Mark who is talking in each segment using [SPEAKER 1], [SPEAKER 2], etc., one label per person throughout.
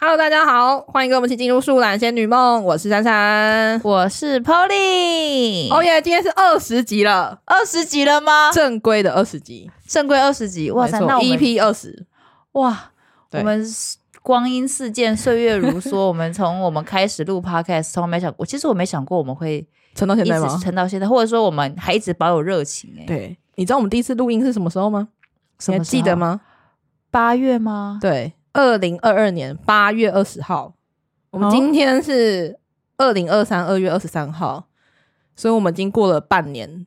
[SPEAKER 1] 大家好，欢迎跟我们一起进入《树懒仙女梦》，我是珊珊。
[SPEAKER 2] 我是 Polly，
[SPEAKER 1] 哦耶，今天是二十集了，
[SPEAKER 2] 二十集了吗？
[SPEAKER 1] 正规的二十集，
[SPEAKER 2] 正规二十集，哇塞，
[SPEAKER 1] 没错
[SPEAKER 2] 那我们
[SPEAKER 1] EP 二十，
[SPEAKER 2] 哇，
[SPEAKER 1] 对
[SPEAKER 2] 我们光阴似箭，岁月如梭。我们从我们开始录 Podcast，从来没想过，其实我没想过我们会
[SPEAKER 1] 撑到
[SPEAKER 2] 一
[SPEAKER 1] 现在
[SPEAKER 2] 直
[SPEAKER 1] 吗？
[SPEAKER 2] 撑到现在，或者说我们还一直保有热情、欸。，
[SPEAKER 1] 对，你知道我们第一次录音是什么时候吗？
[SPEAKER 2] 什
[SPEAKER 1] 你还
[SPEAKER 2] 么
[SPEAKER 1] 记得？吗？
[SPEAKER 2] 八月吗？
[SPEAKER 1] 对，二零二二年八月二十号，我们
[SPEAKER 2] 哦
[SPEAKER 1] 今天是二零二三二月二十三号，所以我们已经过了半年，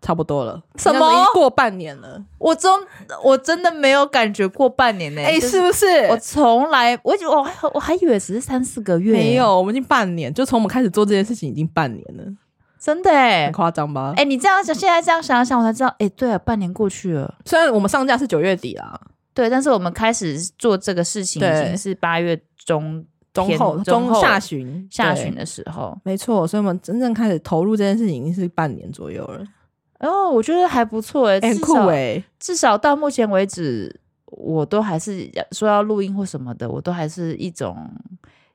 [SPEAKER 1] 差不多了。
[SPEAKER 2] 什么
[SPEAKER 1] 应该是已经过半年了？
[SPEAKER 2] 我中我真的没有感觉过半年呢、
[SPEAKER 1] 哎、
[SPEAKER 2] 就是
[SPEAKER 1] 不是？
[SPEAKER 2] 我从来我我还我还以为只是三四个月，
[SPEAKER 1] 没，有，我们已经半年，就从我们开始做这件事情已经半年了，
[SPEAKER 2] 真的哎、
[SPEAKER 1] 很夸张吧？
[SPEAKER 2] 哎、你这样想，现在这样想想，我才知道，哎、对啊，半年过去了。
[SPEAKER 1] 虽然我们上架是九月底啦，
[SPEAKER 2] 对，但是我们开始做这个事情已
[SPEAKER 1] 对
[SPEAKER 2] 经是八月中
[SPEAKER 1] 中
[SPEAKER 2] 偏
[SPEAKER 1] 后
[SPEAKER 2] 中后
[SPEAKER 1] 下旬
[SPEAKER 2] 下旬，
[SPEAKER 1] 对
[SPEAKER 2] 的时候。
[SPEAKER 1] 没错。所以我们真正开始投入这件事情已经是半年左右了，
[SPEAKER 2] 哦，我觉得还不错哎、
[SPEAKER 1] 哎很
[SPEAKER 2] 至
[SPEAKER 1] 酷
[SPEAKER 2] 少、
[SPEAKER 1] 哎、
[SPEAKER 2] 至少到目前为止，我都还是说要录音或什么的，我都还是一种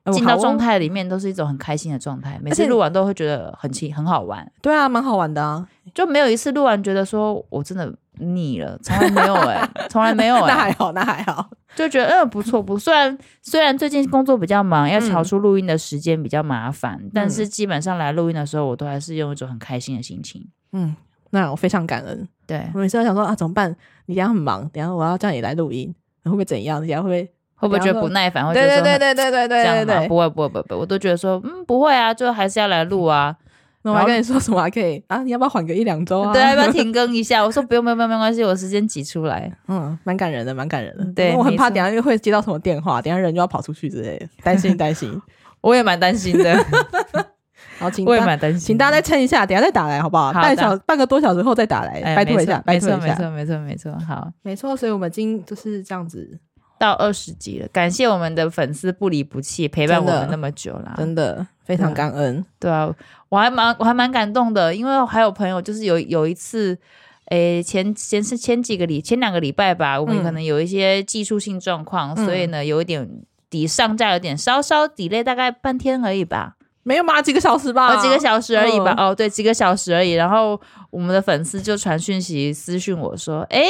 [SPEAKER 1] 哎
[SPEAKER 2] 进到
[SPEAKER 1] 好哦
[SPEAKER 2] 状态里面都是一种很开心的状态。每
[SPEAKER 1] 而且
[SPEAKER 2] 次
[SPEAKER 1] 你
[SPEAKER 2] 录完都会觉得很气，很好玩，
[SPEAKER 1] 对啊，蛮好玩的啊，
[SPEAKER 2] 就没有一次录完觉得说我真的腻了，从来没有哎、从来没 有
[SPEAKER 1] 那
[SPEAKER 2] 哎、
[SPEAKER 1] 还好，那还好，
[SPEAKER 2] 就觉得嗯不错不，虽然虽然最近工作比较忙，要调出录音的时间比较麻烦，但是基本上来录音的时候，我都还是用一种很开心的心情。
[SPEAKER 1] 嗯。那我非常感恩。
[SPEAKER 2] 对
[SPEAKER 1] 我，每次都想说啊，怎么办？你等一下很忙，等一下我要叫你来录音，会不会怎样？你等一下会不会？
[SPEAKER 2] 会不会觉得
[SPEAKER 1] 比方说
[SPEAKER 2] 不耐烦？会觉
[SPEAKER 1] 对
[SPEAKER 2] 得
[SPEAKER 1] 对
[SPEAKER 2] 说嗯
[SPEAKER 1] 对对对对
[SPEAKER 2] 这
[SPEAKER 1] 对
[SPEAKER 2] 样
[SPEAKER 1] 对
[SPEAKER 2] 吗？
[SPEAKER 1] 对。
[SPEAKER 2] 不会不会不会不会，我都觉得说嗯不会啊，就还是要来录啊。
[SPEAKER 1] 那我还
[SPEAKER 2] 然后
[SPEAKER 1] 跟你说什么？还可以啊？你要不要缓个一两周啊？
[SPEAKER 2] 对，要不要停更一下？我说不用不用不用，没关系，我时间挤出来。
[SPEAKER 1] 嗯，蛮感人的，蛮感人的。
[SPEAKER 2] 嗯对
[SPEAKER 1] 我很怕
[SPEAKER 2] 没错
[SPEAKER 1] 等一下又会接到什么电话，等一下人就要跑出去之类的，担心担心。
[SPEAKER 2] 我也蛮担心 的，
[SPEAKER 1] 然后请
[SPEAKER 2] 我也
[SPEAKER 1] 大
[SPEAKER 2] 蛮担心的，
[SPEAKER 1] 请大家再撑一下，等一下再打来好不好？
[SPEAKER 2] 嗯好
[SPEAKER 1] 半
[SPEAKER 2] 的
[SPEAKER 1] 小半个多小时后再打来，
[SPEAKER 2] 哎
[SPEAKER 1] 拜托一下，拜
[SPEAKER 2] 没
[SPEAKER 1] 托
[SPEAKER 2] 错
[SPEAKER 1] 一
[SPEAKER 2] 没
[SPEAKER 1] 下。
[SPEAKER 2] 错没错没错没错，好。
[SPEAKER 1] 没错，所以我们今就是这样子，
[SPEAKER 2] 到二十集了，感谢我们的粉丝不离不弃，陪伴我
[SPEAKER 1] 真的
[SPEAKER 2] 们那么久啦，
[SPEAKER 1] 真的非常
[SPEAKER 2] 对啊
[SPEAKER 1] 感恩。
[SPEAKER 2] 对啊，我还蛮我还蛮感动的，因为还有朋友就是有有一次，诶前前是前几个礼前两个礼拜吧，我
[SPEAKER 1] 嗯
[SPEAKER 2] 们可能有一些技术性状况，
[SPEAKER 1] 嗯
[SPEAKER 2] 所以呢有一点抵上架有点稍稍 delay 大概半天而已吧，
[SPEAKER 1] 没有嘛，几个小时吧，
[SPEAKER 2] 哦几个小时而已吧，
[SPEAKER 1] 啊嗯
[SPEAKER 2] 哦对几个小时而已，然后我们的粉丝就传讯息私讯我说，诶，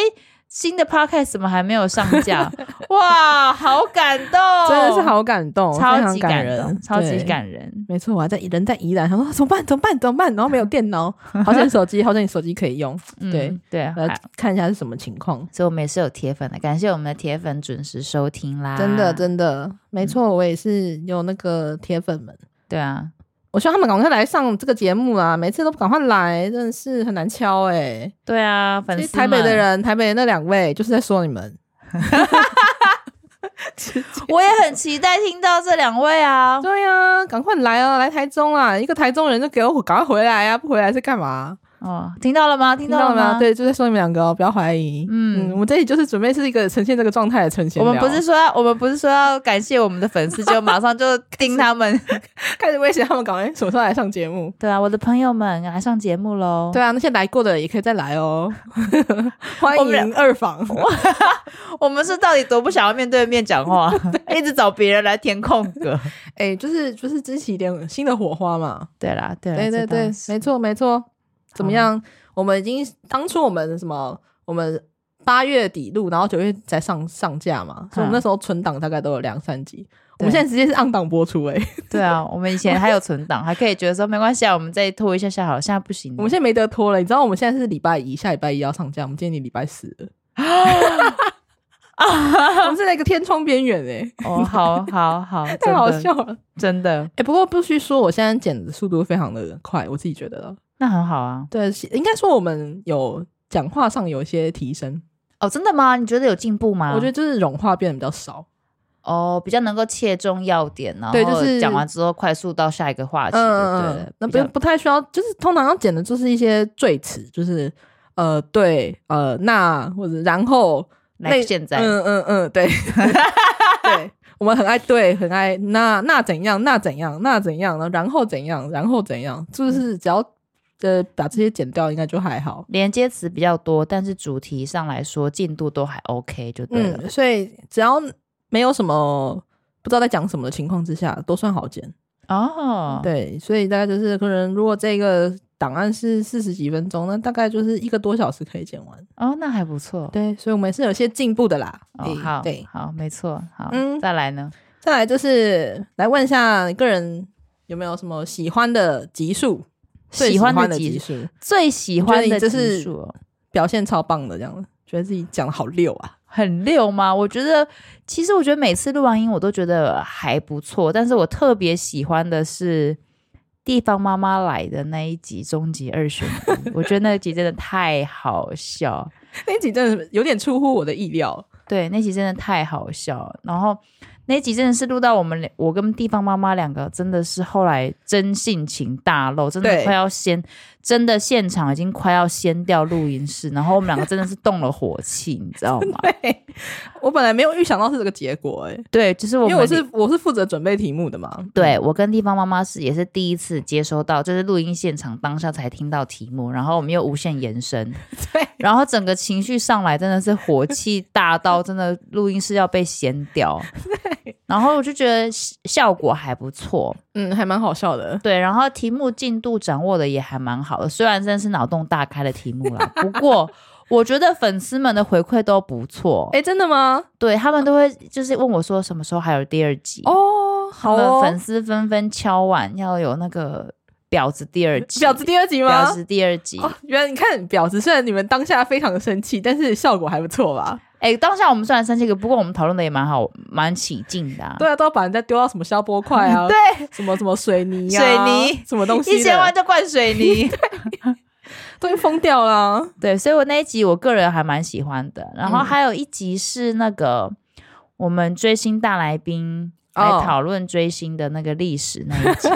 [SPEAKER 2] 新的 podcast 怎么还没有上架？ 哇，好感动，
[SPEAKER 1] 真的是好感动，非
[SPEAKER 2] 哦超
[SPEAKER 1] 常
[SPEAKER 2] 级
[SPEAKER 1] 感
[SPEAKER 2] 动，
[SPEAKER 1] 人，
[SPEAKER 2] 超级
[SPEAKER 1] 对。
[SPEAKER 2] 感人。嗯
[SPEAKER 1] 没错，我还在人在宜兰，想说怎么办？怎么办？怎么办？然后没有电脑，好像手机，好像你手机可以 用。对呃
[SPEAKER 2] 嗯对啊，
[SPEAKER 1] 来
[SPEAKER 2] 还
[SPEAKER 1] 看一下是什么情况。
[SPEAKER 2] 所以我们也是有铁粉的，感谢我们的铁粉准时收听啦，
[SPEAKER 1] 真的，真的，没
[SPEAKER 2] 嗯
[SPEAKER 1] 错，我也是有那个铁粉们，
[SPEAKER 2] 对啊，
[SPEAKER 1] 我希望他们赶快来上这个节目啦！每次都不赶快来，真的是很难敲哎、
[SPEAKER 2] 对啊，粉
[SPEAKER 1] 其
[SPEAKER 2] 丝
[SPEAKER 1] 实台北的
[SPEAKER 2] 们，
[SPEAKER 1] 人，台北的那两位就是在说你们。
[SPEAKER 2] 我也很期待听到这两位啊。
[SPEAKER 1] 对呀、啊，赶快来啊，来台中啊！一个台中人就给我赶快回来啊，不回来是干嘛？
[SPEAKER 2] 哦，听到了吗？听
[SPEAKER 1] 听到
[SPEAKER 2] 到
[SPEAKER 1] 了
[SPEAKER 2] 了
[SPEAKER 1] 吗？
[SPEAKER 2] 吗？，
[SPEAKER 1] 对，就在说你们两个哦，不要怀疑。
[SPEAKER 2] 嗯
[SPEAKER 1] 我们这里就是准备是一个呈现这个状态的呈现。
[SPEAKER 2] 我们不是说要，我们不是说要感谢我们的粉丝，就马上就盯他们。
[SPEAKER 1] 开始威胁他们，赶快什么时候来上节目？
[SPEAKER 2] 对啊，我的朋友们来上节目喽。
[SPEAKER 1] 对啊，那些来过的也可以再来 哦。欢
[SPEAKER 2] 我们俩
[SPEAKER 1] 迎二房，
[SPEAKER 2] 我们是到底多不想要面对面讲 话，一直找别人来填空格。
[SPEAKER 1] 哎、就是就是激起一点新的火花嘛。
[SPEAKER 2] 对啦，对啦，
[SPEAKER 1] 对啊对
[SPEAKER 2] 这倒
[SPEAKER 1] 对，
[SPEAKER 2] 是
[SPEAKER 1] 没错没错。怎么样？我们已经当初我们什么？我们八月底录，然后九月才上上架嘛，所以我们那时候存档大概都有两三集。我们现在直接是按档播出 哎、
[SPEAKER 2] 对啊，我们以前还有存档，还可以觉得说没关系啊，我们再拖一下下好了，现在不行了。
[SPEAKER 1] 我们现在没得拖了，你知道我们现在是礼拜一，下礼拜一要上架，我们今天礼拜四了。哦 我们是在一个天窗边缘哎，
[SPEAKER 2] 哦，好好好，
[SPEAKER 1] 太好
[SPEAKER 2] 真的
[SPEAKER 1] 笑了
[SPEAKER 2] 真的，
[SPEAKER 1] 哎、不过必须说，我现在剪的速度非常的快，我自己觉得了。
[SPEAKER 2] 那很好啊。
[SPEAKER 1] 对，应该说我们有讲话上有一些提升，
[SPEAKER 2] 哦，真的吗？你觉得有进步吗？
[SPEAKER 1] 我觉得就是融化变得比较少。
[SPEAKER 2] 哦，比较能够切中要点，然后
[SPEAKER 1] 对就是
[SPEAKER 2] 讲完之后快速到下一个话题，啊对对
[SPEAKER 1] 嗯
[SPEAKER 2] 了，
[SPEAKER 1] 那
[SPEAKER 2] 比较
[SPEAKER 1] 不不太需要，就是通常要剪的就是一些赘词，就是呃对呃那或者然后
[SPEAKER 2] 来
[SPEAKER 1] 那
[SPEAKER 2] 现在，
[SPEAKER 1] 嗯嗯嗯 对对，我们很爱对很爱那那怎样那怎样那怎样然后怎样然后怎样，
[SPEAKER 2] 嗯
[SPEAKER 1] 就是只要呃把这些剪掉，应该就还好。
[SPEAKER 2] 连接词比较多，但是主题上来说进度都还 OK 就对了。
[SPEAKER 1] 嗯，所以只要没有什么不知道在讲什么的情况之下，都算好剪。嗯
[SPEAKER 2] 哦，
[SPEAKER 1] 对，所以大概就是可能如果这个档案是四十几分钟，那大概就是一个多小时可以剪完。
[SPEAKER 2] 哦，那还不错。
[SPEAKER 1] 对，所以我们也是有些进步的啦。
[SPEAKER 2] 哦，
[SPEAKER 1] 诶
[SPEAKER 2] 好，
[SPEAKER 1] 对，
[SPEAKER 2] 好，没错，好，
[SPEAKER 1] 嗯
[SPEAKER 2] 再来呢？
[SPEAKER 1] 再来就是来问一下个人有没有什么喜欢的集数，最
[SPEAKER 2] 喜欢
[SPEAKER 1] 欢
[SPEAKER 2] 的
[SPEAKER 1] 集
[SPEAKER 2] 集
[SPEAKER 1] 数，
[SPEAKER 2] 最喜欢的
[SPEAKER 1] 觉得你这是
[SPEAKER 2] 集数哦
[SPEAKER 1] 表现超棒的，这样觉得自己讲的好溜啊。
[SPEAKER 2] 很溜吗？我觉得，其实我觉得每次录完音我都觉得还不错，但是我特别喜欢的是地方妈妈来的那一集终极二选一，我觉得那集真的太好笑，
[SPEAKER 1] 那一集真的有点出乎我的意料，
[SPEAKER 2] 对，那集真的太好笑了，然后。那集真的是录到我们两，我跟地方妈妈两个真的是后来真性情大露，真的
[SPEAKER 1] 对
[SPEAKER 2] 快要掀，真的现场已经快要掀掉录音室，然后我们两个真的是动了火气，你知道吗？
[SPEAKER 1] 对我本来没有预想到是这个结果、欸，
[SPEAKER 2] 对，就是我
[SPEAKER 1] 因
[SPEAKER 2] 们
[SPEAKER 1] 为我是我是负责准备题目的嘛。
[SPEAKER 2] 对我跟地方妈妈是也是第一次接收到，就是录音现场当下才听到题目，然后我们又无限延伸，
[SPEAKER 1] 对，
[SPEAKER 2] 然后整个情绪上来真的是火气大到真的录音室要被掀掉，然后我就觉得效效果还不错，
[SPEAKER 1] 嗯，还蛮好笑的。
[SPEAKER 2] 对，然后题目进度掌握的也还蛮好的，虽然真的是脑洞大开的题目啦，不过我觉得粉丝们的回馈都不错，
[SPEAKER 1] 哎、真的吗？
[SPEAKER 2] 对他们都会就是问我说什么时候还有第二集
[SPEAKER 1] 哦，好
[SPEAKER 2] 我们
[SPEAKER 1] 哦，
[SPEAKER 2] 粉丝纷纷敲碗要有那个婊子第二 集，
[SPEAKER 1] 婊子第二集吗？
[SPEAKER 2] 婊子第二集。
[SPEAKER 1] 哦，原来你看婊子，虽然你们当下非常的生气，但是效果还不错吧？
[SPEAKER 2] 哎、当下我们虽然生气，可不过我们讨论的也蛮好，蛮起劲的、啊。
[SPEAKER 1] 对啊，都要把人家丢到什么消波块啊，
[SPEAKER 2] 对，
[SPEAKER 1] 什么什么水泥、啊、
[SPEAKER 2] 水泥
[SPEAKER 1] 什么东西的，
[SPEAKER 2] 一千万就灌 水泥。
[SPEAKER 1] 都已经疯掉了啊。
[SPEAKER 2] 对，所以我那一集我个人还蛮喜欢的。然后
[SPEAKER 1] 嗯
[SPEAKER 2] 还有一集是那个、我们追星大来宾来
[SPEAKER 1] 哦
[SPEAKER 2] 讨论追星的那个历史那 一集，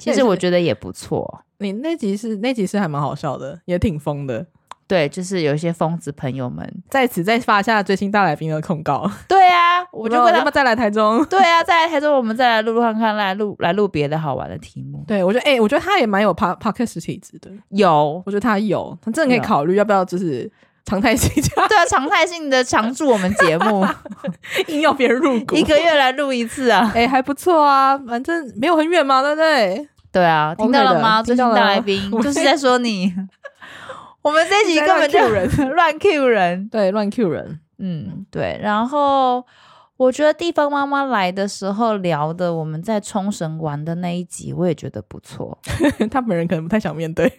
[SPEAKER 2] 其
[SPEAKER 1] 那
[SPEAKER 2] 实
[SPEAKER 1] 也
[SPEAKER 2] 我
[SPEAKER 1] 是
[SPEAKER 2] 觉得也不错。
[SPEAKER 1] 你那集是那集是还蛮好笑的，也挺疯的。
[SPEAKER 2] 对，就是有一些疯子朋友们，
[SPEAKER 1] 在此再发下追星大来宾的控告，
[SPEAKER 2] 对啊，我就
[SPEAKER 1] 不知道
[SPEAKER 2] 跟
[SPEAKER 1] 要
[SPEAKER 2] 他
[SPEAKER 1] 不要再来台中？
[SPEAKER 2] 对啊，再来台中，我们再来录录看看，来录来录别的好玩的题目。
[SPEAKER 1] 对我觉得，哎、我觉得他也蛮有 p o d c a s 体质的，
[SPEAKER 2] 有，
[SPEAKER 1] 我觉得他有，他真的可以考虑要不要就是常态性这样
[SPEAKER 2] 对啊，常态性的常驻我们节目，
[SPEAKER 1] 硬要别人入股
[SPEAKER 2] 一。个月来录一次啊。
[SPEAKER 1] 哎、还不错啊，反正没有很远嘛，对不 对？
[SPEAKER 2] 对啊，听
[SPEAKER 1] OK
[SPEAKER 2] 到
[SPEAKER 1] 的
[SPEAKER 2] 了吗？最
[SPEAKER 1] 听
[SPEAKER 2] 近
[SPEAKER 1] 到
[SPEAKER 2] 大
[SPEAKER 1] 了
[SPEAKER 2] 来宾
[SPEAKER 1] 我
[SPEAKER 2] 就是在 说你，我们这集
[SPEAKER 1] 在
[SPEAKER 2] 根
[SPEAKER 1] 乱
[SPEAKER 2] 本就
[SPEAKER 1] Q 人
[SPEAKER 2] 乱 Q 人。
[SPEAKER 1] 对，乱 Q 人，
[SPEAKER 2] 嗯，对。然后我觉得地方妈妈来的时候聊的我们在冲绳玩的那一集，我也觉得不错。
[SPEAKER 1] 他本人可能不太想面对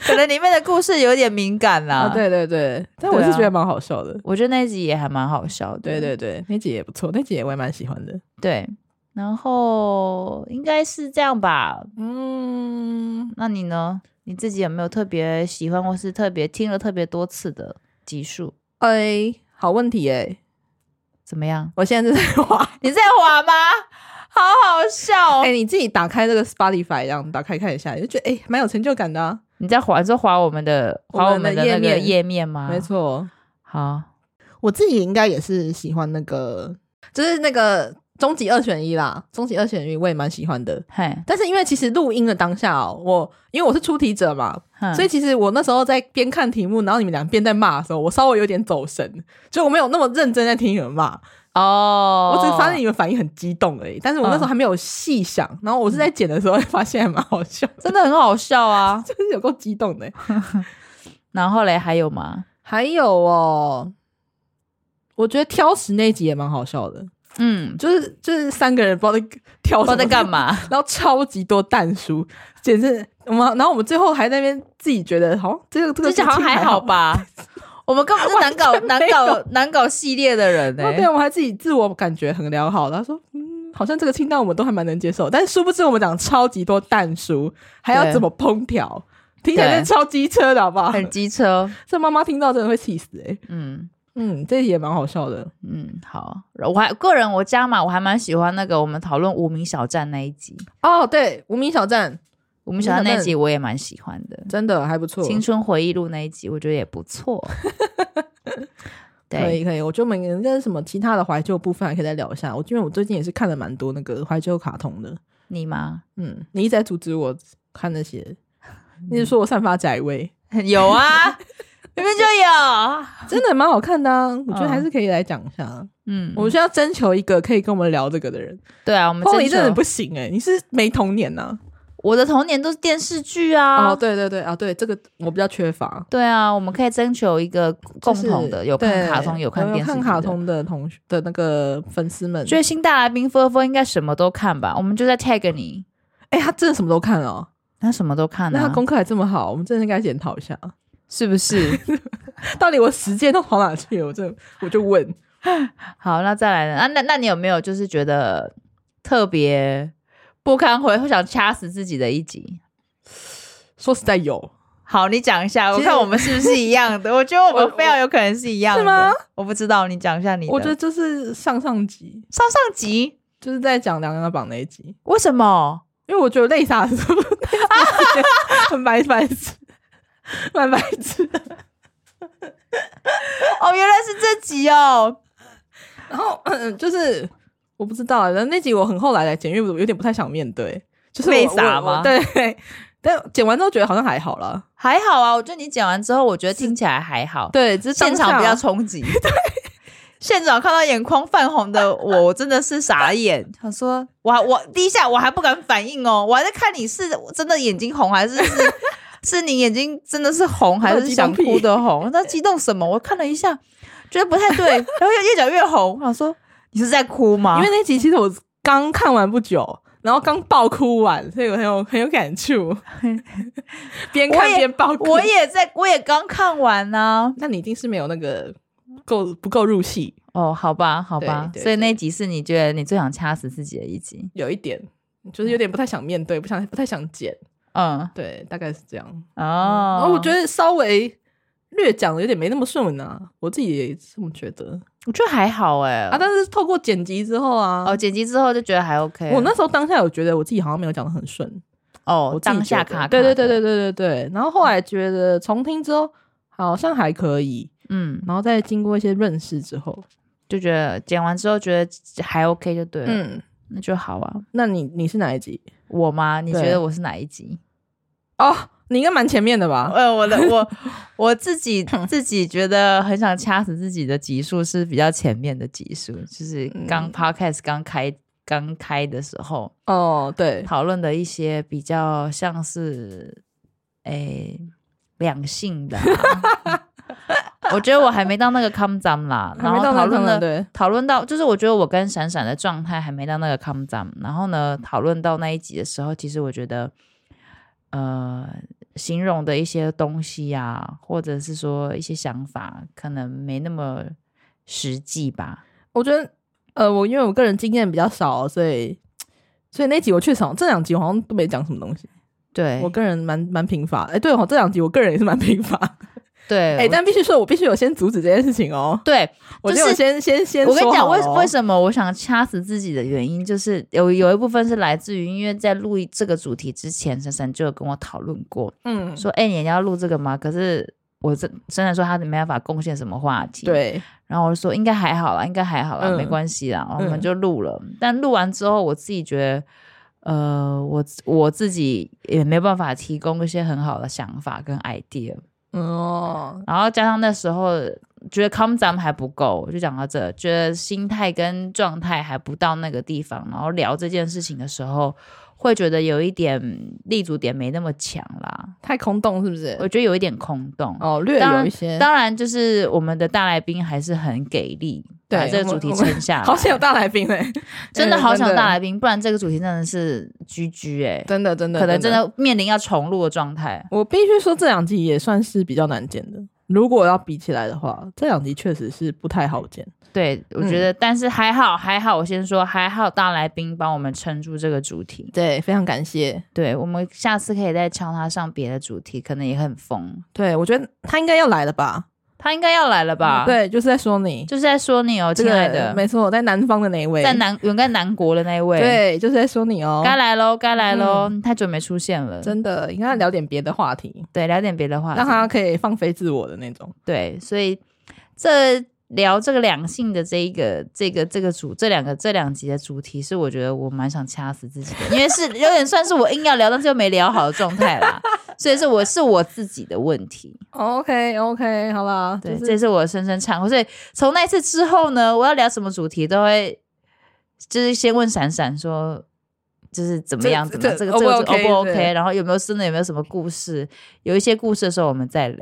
[SPEAKER 2] 可能里面的故事有点敏感啦。
[SPEAKER 1] 啊。，对对对，但我
[SPEAKER 2] 对啊
[SPEAKER 1] 是觉得蛮好笑的。
[SPEAKER 2] 我觉得那一集也还蛮好笑的。
[SPEAKER 1] 对对对，那集也不错，那集也我也蛮喜欢的。
[SPEAKER 2] 对，然后应该是这样吧。
[SPEAKER 1] 嗯，
[SPEAKER 2] 那你呢？你自己有没有特别喜欢或是特别听了特别多次的集数？
[SPEAKER 1] 哎、好问题哎、
[SPEAKER 2] 怎么样？
[SPEAKER 1] 我现在是在滑。
[SPEAKER 2] 你在滑吗？好好笑、哦！
[SPEAKER 1] 哎、你自己打开这个 Spotify，这样打开看一下，你就觉得哎，蛮、有成就感的啊。
[SPEAKER 2] 你在滑，你说滑我们的滑我
[SPEAKER 1] 我
[SPEAKER 2] 们
[SPEAKER 1] 们
[SPEAKER 2] 的
[SPEAKER 1] 的
[SPEAKER 2] 那个
[SPEAKER 1] 页面
[SPEAKER 2] 页面吗？
[SPEAKER 1] 没。错，
[SPEAKER 2] 好，
[SPEAKER 1] 我自己应该也是喜欢那个，就是那个终极二选一啦，终极二选一我也蛮喜欢的。
[SPEAKER 2] 嘿，
[SPEAKER 1] 但是因为其实录音的当下哦，我因为我是出题者嘛，
[SPEAKER 2] 哼
[SPEAKER 1] 所以其实我那时候在边看题目，然后你们俩边在骂的时候，我稍微有点走神，就我没有那么认真在听你们骂，
[SPEAKER 2] 哦，
[SPEAKER 1] 我只是发现你们反应很激动而已。但是我那时候还没有细想，然后我是在剪的时候 发现还蛮好笑，
[SPEAKER 2] 真的很好笑啊。
[SPEAKER 1] 就是有够激动的。 欸
[SPEAKER 2] 然后嘞，还有吗？
[SPEAKER 1] 还有哦，我觉得挑食那一集也蛮好笑的，
[SPEAKER 2] 嗯，
[SPEAKER 1] 就是就是三个人不知道在挑
[SPEAKER 2] 不知
[SPEAKER 1] 什么
[SPEAKER 2] 道在干 嘛。
[SPEAKER 1] 然后超级多蛋书，简直我们，然后我们最后还在那边自己觉得好像这个这个
[SPEAKER 2] 这些好像
[SPEAKER 1] 事情
[SPEAKER 2] 还好 吧？我们根本是难搞、难搞、难搞系列的 人呢、欸
[SPEAKER 1] 然后对，我们还自己自我感觉很良好，然后说嗯，好像这个清单我们都还蛮能接受，但是殊不知我们讲超级多蛋书，还要
[SPEAKER 2] 对
[SPEAKER 1] 怎么烹调，听起来
[SPEAKER 2] 对
[SPEAKER 1] 真的超机车的好不好？
[SPEAKER 2] 很机车。
[SPEAKER 1] 这妈妈听到真的会气死哎、欸，
[SPEAKER 2] 嗯
[SPEAKER 1] 嗯，这也蛮好笑的
[SPEAKER 2] 嗯，好。我还个人我加码，我还蛮喜欢那个我们讨论无名小站那一集，
[SPEAKER 1] 哦。对，无名小站
[SPEAKER 2] 无名小站那一集我也蛮喜欢的，
[SPEAKER 1] 真的还不错，
[SPEAKER 2] 青春回忆录那一集我觉得也 不错。
[SPEAKER 1] 可
[SPEAKER 2] 对，
[SPEAKER 1] 以可以，我觉得我们应该是什么其他的怀旧部分还可以再聊一下。我因为我最近也是看了蛮多那个怀旧卡通的，
[SPEAKER 2] 你吗？
[SPEAKER 1] 嗯，你一直在阻止我看那 些，你是说我散发宅味，
[SPEAKER 2] 有 啊，明明就有。
[SPEAKER 1] 真的蛮好看的、啊，我觉得还是可以来讲一下。
[SPEAKER 2] 嗯，
[SPEAKER 1] 我们需要征求一个可以跟我们聊这个的人。
[SPEAKER 2] 对啊，我们
[SPEAKER 1] 后
[SPEAKER 2] 真
[SPEAKER 1] 你真
[SPEAKER 2] 的
[SPEAKER 1] 的不行哎、你是没童年呐、
[SPEAKER 2] 我的童年都是电视剧啊。
[SPEAKER 1] 哦，对对对啊，对这个我比较缺乏。
[SPEAKER 2] 对啊，我们可以征求一个共
[SPEAKER 1] 就是
[SPEAKER 2] 同的，有看
[SPEAKER 1] 对
[SPEAKER 2] 卡通，有看电视剧
[SPEAKER 1] 看
[SPEAKER 2] 的
[SPEAKER 1] 卡通的同学的那个粉丝们，
[SPEAKER 2] 追星大来宾 f 分应该什么都看吧？我们就在 tag 你，
[SPEAKER 1] 哎、他真的什么都看哦。
[SPEAKER 2] 他什么都看
[SPEAKER 1] 那他
[SPEAKER 2] 啊，
[SPEAKER 1] 功课还这么好，我们真的应该检讨一下，
[SPEAKER 2] 是不 是？
[SPEAKER 1] 到底我时间都跑哪去了？我这我就问，
[SPEAKER 2] 好，那再来呢？啊，那那你有没有就是觉得特别不堪回，会想掐死自己的一集？
[SPEAKER 1] 说实在有，
[SPEAKER 2] 好，你讲一下，我
[SPEAKER 1] 其实
[SPEAKER 2] 看我们是不是一样的？我觉得我们非常有可能是一样的，
[SPEAKER 1] 是吗？
[SPEAKER 2] 我不知道，你讲一下你的。
[SPEAKER 1] 我觉得就是上上集
[SPEAKER 2] 上上集
[SPEAKER 1] 就是在讲梁家榜那一集，
[SPEAKER 2] 为什么？
[SPEAKER 1] 因为我觉得泪洒是 很白白痴， 蛮白痴的。
[SPEAKER 2] 哦，原来是这集哦。
[SPEAKER 1] 然后嗯就是我不知道啊，然后那集我很后来来剪，因为我有点不太想面对，就是我
[SPEAKER 2] 泪洒
[SPEAKER 1] 我我
[SPEAKER 2] 吗
[SPEAKER 1] 对，但剪完之后觉得好像还好啦。
[SPEAKER 2] 还好啊，我觉得你讲完之后，我觉得听起来还好。
[SPEAKER 1] 对，只是
[SPEAKER 2] 现
[SPEAKER 1] 当下
[SPEAKER 2] 场啊比较冲 击。对，现场看到眼眶泛红的我， 我真的是傻眼，想说，我我第一下我还不敢反应哦，我还在看你是真的眼睛红还是是 是你眼睛真的是红还是想哭的红？那激动什么？我看了一下，觉得不 太对，然后越越讲越红，我想说你是在哭吗？
[SPEAKER 1] 因为那集其实我刚看完不久。然后刚爆哭完，所以我很有很有感 触，边
[SPEAKER 2] 我
[SPEAKER 1] 看
[SPEAKER 2] 也
[SPEAKER 1] 边爆哭。
[SPEAKER 2] 我也在，我也刚看完啊呢、
[SPEAKER 1] 那你一定是没有那个够不够入戏，
[SPEAKER 2] 哦，好吧，好吧，
[SPEAKER 1] 对对
[SPEAKER 2] 所以那集是你觉得你最想掐死自己的一集。
[SPEAKER 1] 有一点就是有点不太想面对，不想不太想剪，
[SPEAKER 2] 嗯，
[SPEAKER 1] 对，大概是这样。然
[SPEAKER 2] 哦，
[SPEAKER 1] 后我觉得稍微略讲的有点没那么顺啊，我自己也这么觉得
[SPEAKER 2] 我觉得还好哎、
[SPEAKER 1] 啊。但是透过剪辑之后啊，
[SPEAKER 2] 哦，剪辑之后就觉得还 OK 了。
[SPEAKER 1] 我那时候当下有觉得我自己好像没有讲的很顺，
[SPEAKER 2] 哦
[SPEAKER 1] 我，自己
[SPEAKER 2] 当下
[SPEAKER 1] 觉得
[SPEAKER 2] 卡卡，
[SPEAKER 1] 对对对，对对对
[SPEAKER 2] 嗯
[SPEAKER 1] 对。然后后来觉得重听之后好像还可以，
[SPEAKER 2] 嗯，
[SPEAKER 1] 然后再经过一些认识之后，
[SPEAKER 2] 就觉得剪完之后觉得还 OK 就对了，
[SPEAKER 1] 嗯，
[SPEAKER 2] 那就好啊。
[SPEAKER 1] 那你你是哪一集？
[SPEAKER 2] 我吗？你觉
[SPEAKER 1] 对
[SPEAKER 2] 得我是哪一集？
[SPEAKER 1] 哦，你应该蛮前面的吧？
[SPEAKER 2] 呃，我的 我我自己自己觉得很想掐死自己的集数是比较前面的集数，就是刚
[SPEAKER 1] 嗯
[SPEAKER 2] podcast 刚开刚开的时候，
[SPEAKER 1] 哦，对，
[SPEAKER 2] 讨论的一些比较像是诶两性的啊、 我觉得我还没到那个 come down 啦，然
[SPEAKER 1] 还没
[SPEAKER 2] 后
[SPEAKER 1] 到
[SPEAKER 2] 讨
[SPEAKER 1] 那
[SPEAKER 2] 论
[SPEAKER 1] 个
[SPEAKER 2] 的
[SPEAKER 1] 对，
[SPEAKER 2] 讨论到，就是我觉得我跟闪闪的状态还没到那个 come down，然后呢，讨论到那一集的时候，其实我觉得，呃，形容的一些东西啊，或者是说一些想法，可能没那么实际吧。
[SPEAKER 1] 我觉得，呃，我因为我个人经验比较少，所以所以那集我确实好像这两集我好像都没讲什么东西。
[SPEAKER 2] 对
[SPEAKER 1] 我，个人蛮蛮贫乏，哎、对哦，这两集我个人也是蛮贫乏，
[SPEAKER 2] 对，
[SPEAKER 1] 哎、
[SPEAKER 2] 我
[SPEAKER 1] 但必须说，我必须有先阻止这件事情哦。
[SPEAKER 2] 对，
[SPEAKER 1] 我
[SPEAKER 2] 就
[SPEAKER 1] 觉得我
[SPEAKER 2] 是
[SPEAKER 1] 先先先
[SPEAKER 2] 我跟你讲，为为
[SPEAKER 1] 么？
[SPEAKER 2] 什么我想掐死自己的原因，就是有有一部分是来自于，因为在录这个主题之前，珊珊就有跟我讨论过，
[SPEAKER 1] 嗯，
[SPEAKER 2] 说，哎、你要录这个吗？可是我真珊珊说她没办法贡献什么话题，。
[SPEAKER 1] 对，
[SPEAKER 2] 然后我就说应该还好啦，应该还好啦，
[SPEAKER 1] 嗯
[SPEAKER 2] 没关系啦，我
[SPEAKER 1] 嗯
[SPEAKER 2] 们就录了。但录完之后，我自己觉得。呃，我我自己也没办法提供一些很好的想法跟 idea，
[SPEAKER 1] 嗯哦，
[SPEAKER 2] 然后加上那时候觉得 come down 还不够，我就讲到这，觉得心态跟状态还不到那个地方，然后聊这件事情的时候，会觉得有一点立足点没那么强啦，
[SPEAKER 1] 太空洞是不是？
[SPEAKER 2] 我觉得有一点空洞。
[SPEAKER 1] 哦，略
[SPEAKER 2] 当然
[SPEAKER 1] 有一些，
[SPEAKER 2] 当然，就是我们的大来宾还是很给力，
[SPEAKER 1] 对
[SPEAKER 2] 把这个
[SPEAKER 1] 我
[SPEAKER 2] 主
[SPEAKER 1] 们
[SPEAKER 2] 题
[SPEAKER 1] 我们
[SPEAKER 2] 撑下来。
[SPEAKER 1] 好想有大来宾嘞、
[SPEAKER 2] 真的
[SPEAKER 1] 嗯
[SPEAKER 2] 好想有大
[SPEAKER 1] 来
[SPEAKER 2] 来宾，不然这个主题真的是居居哎，
[SPEAKER 1] 真的真的，
[SPEAKER 2] 可能真的面临要重录的状态。
[SPEAKER 1] 我必须说，这两集也算是比较难剪的。如果要比起来的话，这两集确实是不太好剪。
[SPEAKER 2] 对，我
[SPEAKER 1] 嗯
[SPEAKER 2] 觉得，但是还好，还好，我先说，还好大来宾帮我们撑住这个主题。
[SPEAKER 1] 对，非常感谢。
[SPEAKER 2] 对，我们下次可以再敲他上别的主题，可能也很疯。
[SPEAKER 1] 对，我觉得他应该要来了吧？
[SPEAKER 2] 他应该要来了吧？，
[SPEAKER 1] 嗯对，就是在说你，
[SPEAKER 2] 就是在说你哦，
[SPEAKER 1] 这
[SPEAKER 2] 亲爱
[SPEAKER 1] 个
[SPEAKER 2] 的，
[SPEAKER 1] 没错，在南方的那一位，
[SPEAKER 2] 在南远在南国的那一位，，
[SPEAKER 1] 对，就是在说你哦。
[SPEAKER 2] 该来喽，该来喽，太久没出现了。
[SPEAKER 1] 真的，应该聊点别的话题，
[SPEAKER 2] 对，聊点别的话题。
[SPEAKER 1] 让他可以放飞自我的那种。
[SPEAKER 2] 对，所以这聊这个两性的这一个这个这个主这两个这两集的主题是我觉得我蛮想掐死自己的，因为是有点算是我硬要聊，但是又没聊好的状态啦。所以是我是我自己的问题。
[SPEAKER 1] OK OK，好啦，
[SPEAKER 2] 对，
[SPEAKER 1] 就是
[SPEAKER 2] 这是我深深忏悔。所以从那次之后呢，我要聊什么主题都会，就是先问闪闪说，就是怎么
[SPEAKER 1] 这
[SPEAKER 2] 样，
[SPEAKER 1] 这
[SPEAKER 2] 怎么
[SPEAKER 1] 这
[SPEAKER 2] 样，这个
[SPEAKER 1] O
[SPEAKER 2] 这
[SPEAKER 1] 不
[SPEAKER 2] 个
[SPEAKER 1] OK，
[SPEAKER 2] 不 OK，
[SPEAKER 1] 对
[SPEAKER 2] 然后有没有真的有没有什么故事？有一些故事的时候我们再聊。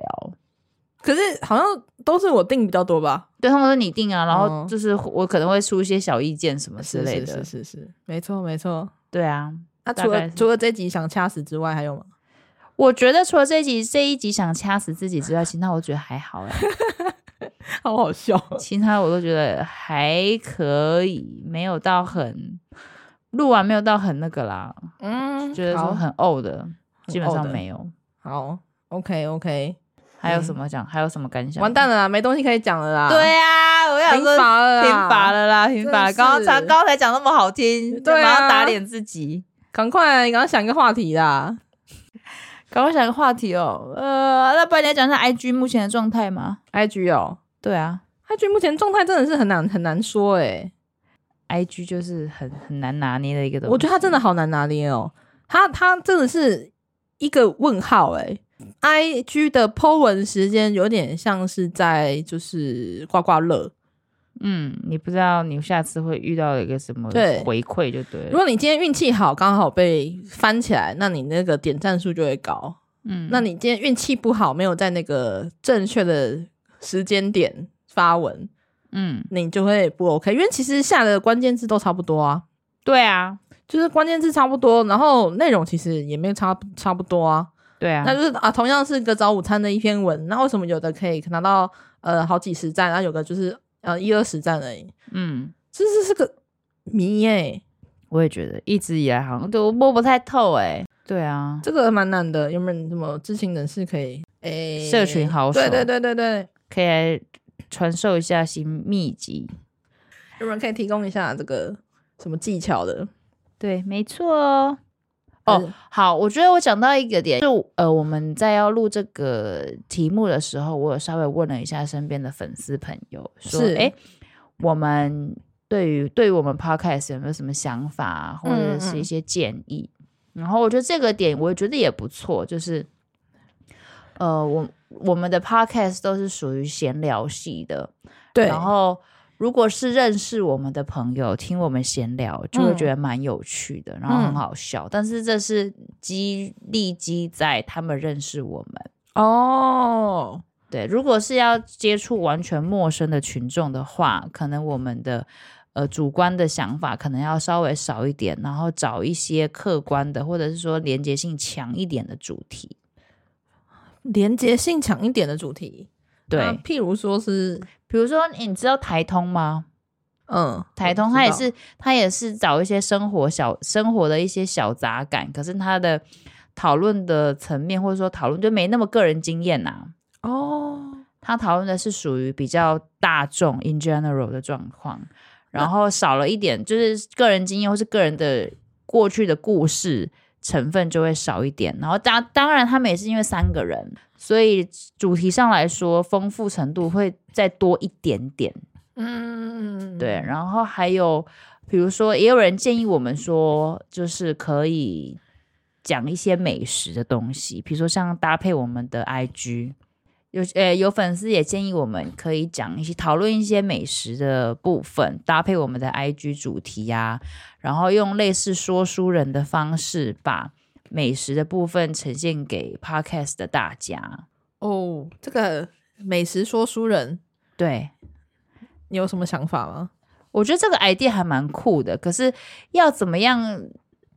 [SPEAKER 1] 可是好像都是我定比较多吧，
[SPEAKER 2] 对，他们说你定啊，然后
[SPEAKER 1] 嗯
[SPEAKER 2] 就是我可能会出一些小意见什么之类的。
[SPEAKER 1] 哦是是是是是，没错没错。
[SPEAKER 2] 对啊，
[SPEAKER 1] 那
[SPEAKER 2] 大
[SPEAKER 1] 除
[SPEAKER 2] 概
[SPEAKER 1] 了
[SPEAKER 2] 是
[SPEAKER 1] 除了这集想掐死之外，还有吗？
[SPEAKER 2] 我觉得除了这一集这一集想掐死自己之外，其他我觉得还好哎、
[SPEAKER 1] 好好笑，
[SPEAKER 2] 其他我都觉得还可以，没有到很录完没有到很那个啦，
[SPEAKER 1] 嗯，
[SPEAKER 2] 觉得说
[SPEAKER 1] 好
[SPEAKER 2] 很呕的，基本
[SPEAKER 1] 呕
[SPEAKER 2] 上
[SPEAKER 1] 的
[SPEAKER 2] 没有。
[SPEAKER 1] 好，OK OK，
[SPEAKER 2] 还有什么讲？还有什么感想？
[SPEAKER 1] 完蛋了啦，没东西可以讲了啦，
[SPEAKER 2] 对啊，我想
[SPEAKER 1] 停
[SPEAKER 2] 说
[SPEAKER 1] 乏了啦，
[SPEAKER 2] 停乏了啦，停乏了。
[SPEAKER 1] 真的是
[SPEAKER 2] 刚刚才刚才讲那么好听，
[SPEAKER 1] 对啊
[SPEAKER 2] 马上打脸自己。
[SPEAKER 1] 赶快，你赶快想一个话题啦。
[SPEAKER 2] 赶快想个话题哦，呃，那不然你来讲一下 IG 目前的状态吗？
[SPEAKER 1] IG 哦
[SPEAKER 2] 对啊
[SPEAKER 1] ，IG 目前状态真的是很难很难说欸诶、
[SPEAKER 2] ，IG 就是很很难拿捏的一个东西。
[SPEAKER 1] 我觉得他真的好难拿捏哦，他他真的是一个问号诶、i G 的 Po 文时间有点像是在就是刮刮乐，
[SPEAKER 2] 嗯，你不知道你下次会遇到一个什么
[SPEAKER 1] 对
[SPEAKER 2] 回馈就对
[SPEAKER 1] 如
[SPEAKER 2] 了。
[SPEAKER 1] 果你今天运气好，刚好被翻起来，那你那个点赞数就会高。
[SPEAKER 2] 嗯，
[SPEAKER 1] 那你今天运气不好，没有在那个正确的时间点发文，
[SPEAKER 2] 嗯，
[SPEAKER 1] 你就会不 OK。因为其实下的关键字都差不多啊，
[SPEAKER 2] 对啊，
[SPEAKER 1] 就是关键字差不多，然后内容其实也没有差差不多啊。
[SPEAKER 2] 对啊，
[SPEAKER 1] 那就是啊，同样是个早午餐的一篇文，那为什么有的可以拿到呃好几十赞，然后有个就是呃一二十赞而已？
[SPEAKER 2] 嗯，
[SPEAKER 1] 这这是个谜耶、
[SPEAKER 2] 我也觉得一直以来好像对我摸不太透哎、对啊，
[SPEAKER 1] 这个蛮难的，有没有什么知情人士可以诶、
[SPEAKER 2] 社群好手
[SPEAKER 1] 对对对对对，
[SPEAKER 2] 可以来传授一下新秘籍。
[SPEAKER 1] 有没有人可以提供一下这个什么技巧的？
[SPEAKER 2] 对，没错哦。哦
[SPEAKER 1] 嗯，
[SPEAKER 2] 好，我觉得我讲到一个点，就呃，我们在要录这个题目的时候，我有稍微问了一下身边的粉丝朋友，说，
[SPEAKER 1] 是
[SPEAKER 2] 哎，我们对于对于我们 podcast 有没有什么想法啊，或者
[SPEAKER 1] 嗯
[SPEAKER 2] 是
[SPEAKER 1] 嗯
[SPEAKER 2] 一
[SPEAKER 1] 嗯
[SPEAKER 2] 些建议？然后我觉得这个点，我觉得也不错，就是，呃，我我们的 podcast 都是属于闲聊系的，
[SPEAKER 1] 对，
[SPEAKER 2] 然后如果是认识我们的朋友听我们闲聊，就会
[SPEAKER 1] 嗯
[SPEAKER 2] 觉得蛮有趣的，然后很
[SPEAKER 1] 嗯
[SPEAKER 2] 好笑。但是这是基立基在他们认识我们。
[SPEAKER 1] 哦，
[SPEAKER 2] 对，如果是要接触完全陌生的群众的话，可能我们的呃主观的想法可能要稍微少一点，然后找一些客观的，或者是说连接性强一点的主题。
[SPEAKER 1] 连接性强一点的主题，
[SPEAKER 2] 对，
[SPEAKER 1] 那譬如说是
[SPEAKER 2] 啊比如说你知道台通吗？
[SPEAKER 1] 嗯，
[SPEAKER 2] 台通
[SPEAKER 1] 我
[SPEAKER 2] 他也
[SPEAKER 1] 知道
[SPEAKER 2] 是他也是找一些生活小生活的一些小杂感，可是他的讨论的层面或者说讨论就没那么个人经验呐、
[SPEAKER 1] 哦，
[SPEAKER 2] 他讨论的是属于比较大众 in general 的状况，然后少了一点就是个人经验或是个人的过去的故事成分就会少一点。然后当当然他们也是因为三个人，所以主题上来说丰富程度会再多一点点。
[SPEAKER 1] 嗯，
[SPEAKER 2] 对，然后还有比如说，也有人建议我们说，就是可以讲一些美食的东西，比如说像搭配我们的 IG。有呃，有粉丝也建议我们可以讲一些讨论一些美食的部分，搭配我们的 IG 主题呀、然后用类似说书人的方式，把美食的部分呈现给 Podcast 的大家。
[SPEAKER 1] 哦，这个美食说书人，
[SPEAKER 2] 对，
[SPEAKER 1] 你有什么想法吗？
[SPEAKER 2] 我觉得这个 idea 还蛮酷的，可是要怎么样？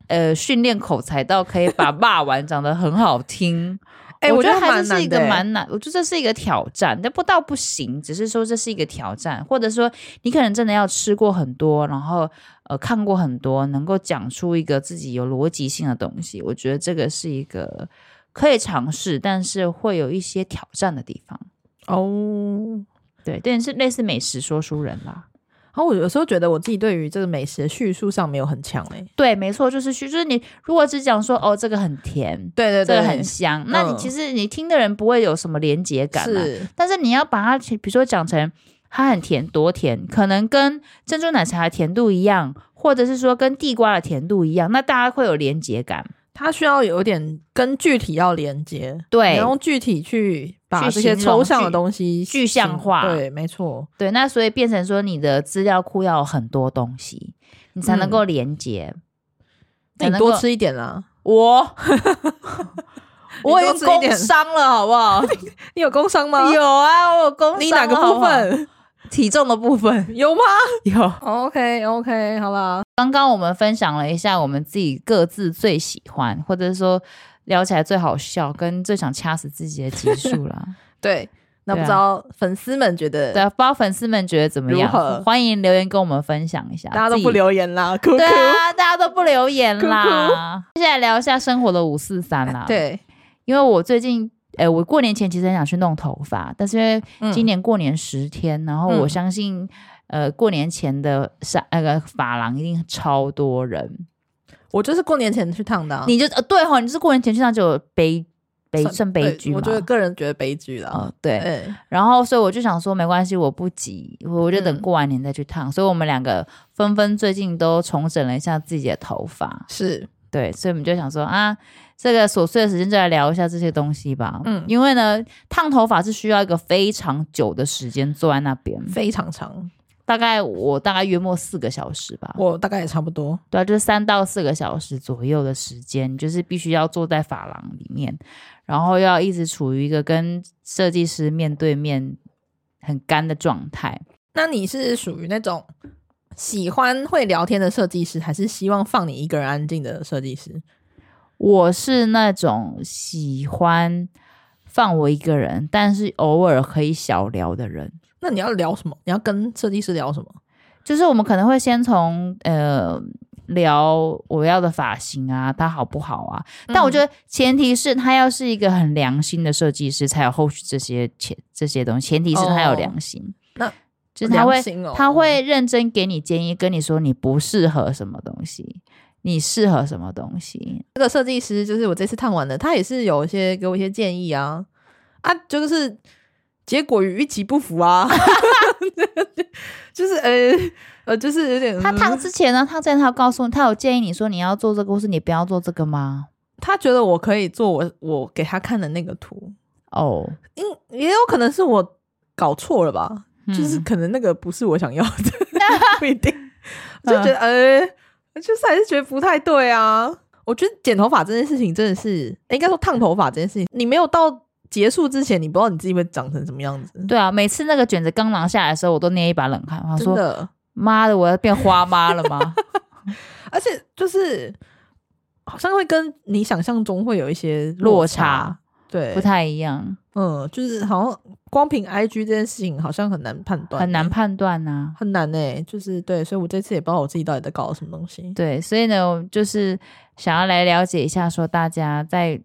[SPEAKER 2] 呃，训练口才到可以 把骂完讲得很好听，
[SPEAKER 1] 哎
[SPEAKER 2] 我
[SPEAKER 1] 我
[SPEAKER 2] 觉
[SPEAKER 1] 觉
[SPEAKER 2] 得
[SPEAKER 1] 得
[SPEAKER 2] 还
[SPEAKER 1] 蛮
[SPEAKER 2] 是
[SPEAKER 1] 难
[SPEAKER 2] 是一个
[SPEAKER 1] 的
[SPEAKER 2] 蛮难，我觉得这是一个挑战，但不到不行，只是说这是一个挑战，或者说你可能真的要吃过很多，然后呃看过很多，能够讲出一个自己有逻辑性的东西，我觉得这个是一个可以尝试，但是会有一些挑战的地方。
[SPEAKER 1] 哦，
[SPEAKER 2] 对，但是类似美食说书人啦，
[SPEAKER 1] 然后我有时候觉得我自己对于这个美食的叙述上没有很强哎、
[SPEAKER 2] 对，没错，就是虚，就是你如果只讲说哦，这个很甜，
[SPEAKER 1] 对对
[SPEAKER 2] 这
[SPEAKER 1] 对，
[SPEAKER 2] 个很香，那你
[SPEAKER 1] 嗯
[SPEAKER 2] 其实你听的人不会有什么连结感、啊，
[SPEAKER 1] 是
[SPEAKER 2] 但是你要把它，比如说讲成它很甜，多甜，可能跟珍珠奶茶的甜度一样，或者是说跟地瓜的甜度一样，那大家会有连结感。
[SPEAKER 1] 它需要有一点跟具体要连接，
[SPEAKER 2] 对
[SPEAKER 1] 你要用具体去把
[SPEAKER 2] 去
[SPEAKER 1] 这些
[SPEAKER 2] 形
[SPEAKER 1] 抽
[SPEAKER 2] 容
[SPEAKER 1] 象的
[SPEAKER 2] 具
[SPEAKER 1] 东西
[SPEAKER 2] 具象
[SPEAKER 1] 形
[SPEAKER 2] 化
[SPEAKER 1] 对，没错，
[SPEAKER 2] 对，那所以变成说你的资料库要有很多东西，你才能够连接。
[SPEAKER 1] 那
[SPEAKER 2] 才
[SPEAKER 1] 你
[SPEAKER 2] 能
[SPEAKER 1] 多
[SPEAKER 2] 够
[SPEAKER 1] 吃一点啦。
[SPEAKER 2] 我我
[SPEAKER 1] 你
[SPEAKER 2] 已
[SPEAKER 1] 多
[SPEAKER 2] 经
[SPEAKER 1] 吃一点
[SPEAKER 2] 工伤了，好不好？
[SPEAKER 1] 你有工伤吗？
[SPEAKER 2] 有啊，我有工伤。
[SPEAKER 1] 你哪个部？分
[SPEAKER 2] 体重的部分
[SPEAKER 1] 有吗
[SPEAKER 2] 有。
[SPEAKER 1] ？OK OK，好啦，
[SPEAKER 2] 刚刚我们分享了一下我们自己各自最喜欢，或者说聊起来最好笑跟最想掐死自己的集 数啦。
[SPEAKER 1] 对，那不
[SPEAKER 2] 对啊
[SPEAKER 1] 知道粉丝们觉得
[SPEAKER 2] 对啊，不知道粉丝们觉得怎么样
[SPEAKER 1] 如何？
[SPEAKER 2] 欢迎留言跟我们分享一下。
[SPEAKER 1] 大家都
[SPEAKER 2] 自己
[SPEAKER 1] 不留言啦，哭哭
[SPEAKER 2] 对啊，大家都不留言啦。接下来聊一下生活的五四三啦。，
[SPEAKER 1] 对，
[SPEAKER 2] 因为我最近，诶，我过年前其实很想去弄头发，但是因为
[SPEAKER 1] 嗯
[SPEAKER 2] 今年过年十天，然后我
[SPEAKER 1] 嗯
[SPEAKER 2] 相信，呃，过年前的沙那个发廊一定超多人。
[SPEAKER 1] 我就是过年前去烫的啊，
[SPEAKER 2] 你就呃对吼，你就是过年前去那就有悲悲
[SPEAKER 1] 算
[SPEAKER 2] 算悲
[SPEAKER 1] 对
[SPEAKER 2] 剧嘛
[SPEAKER 1] 我。觉得个人觉得悲剧啦。
[SPEAKER 2] 哦，对，
[SPEAKER 1] 对，
[SPEAKER 2] 然后，所以我就想说，没关系，我不急，我我就等
[SPEAKER 1] 嗯
[SPEAKER 2] 过完年再去烫。所以我们两个纷纷最近都重整了一下自己的头发，
[SPEAKER 1] 是
[SPEAKER 2] 对，所以我们就想说啊，这个琐碎的时间就来聊一下这些东西吧。嗯
[SPEAKER 1] 嗯，
[SPEAKER 2] 因为呢，烫头发是需要一个非常久的时间坐在那边，
[SPEAKER 1] 非常长，
[SPEAKER 2] 大概我大概约莫四个小时吧，
[SPEAKER 1] 我大概也差不多。
[SPEAKER 2] 对啊，就是三到四个小时左右的时间，就是必须要坐在发廊里面，然后要一直处于一个跟设计师面对面很干的状态。
[SPEAKER 1] 那你是属于那种喜欢会聊天的设计师，还是希望放你一个人安静的设计师？
[SPEAKER 2] 我是那种喜欢放我一个人，但是偶尔可以小聊的人。
[SPEAKER 1] 那你要聊什么？你要跟设计师聊什么？
[SPEAKER 2] 就是我们可能会先从呃聊我要的发型啊，它好不好啊？但
[SPEAKER 1] 嗯
[SPEAKER 2] 我觉得前提是他要是一个很良心的设计师，才有后续这些前这些东西。前提是他有良心，
[SPEAKER 1] 哦那
[SPEAKER 2] 就是他会
[SPEAKER 1] 良心哦
[SPEAKER 2] 他会认真给你建议，跟你说你不适合什么东西，你适合什么东西。
[SPEAKER 1] 这个设计师就是我这次烫完的，他也是有一些给我一些建议啊啊，就是结果与预期不符啊， 就是呃呃，就是有点
[SPEAKER 2] 他烫之前呢，烫之前他有告诉你，他有建议你说你要做这个，或是你不要做这个吗？
[SPEAKER 1] 他觉得我可以做我我给他看的那个图，
[SPEAKER 2] 哦，
[SPEAKER 1] 因也有可能是我搞错了吧，就是
[SPEAKER 2] 嗯
[SPEAKER 1] 可能那个不是我想要的， 不一定，我
[SPEAKER 2] 嗯
[SPEAKER 1] 就觉得呃，就是还是觉得不太对啊。我觉得剪头发这件事情真的是，应该说烫头发这件事情，你没有到结束之前，你不知道你自己会长成什么样子。
[SPEAKER 2] 对啊，每次那个卷子刚拿下来的时候，我都捏一把冷汗，我想
[SPEAKER 1] 真
[SPEAKER 2] 说
[SPEAKER 1] 的，
[SPEAKER 2] 妈的，我要变花妈了吗？
[SPEAKER 1] 而且就是好像会跟你想象中会有一些
[SPEAKER 2] 落
[SPEAKER 1] 差
[SPEAKER 2] 差，
[SPEAKER 1] 对，
[SPEAKER 2] 不太一样，
[SPEAKER 1] 嗯，就是好像光凭 IG 这件事情好像很难判断，欸
[SPEAKER 2] 很难判断啊呐、
[SPEAKER 1] 很难诶、就是对，所以我这次也不知道我自己到底在搞什么东西。
[SPEAKER 2] 对，所以呢，我就是想要来了解一下，说大家在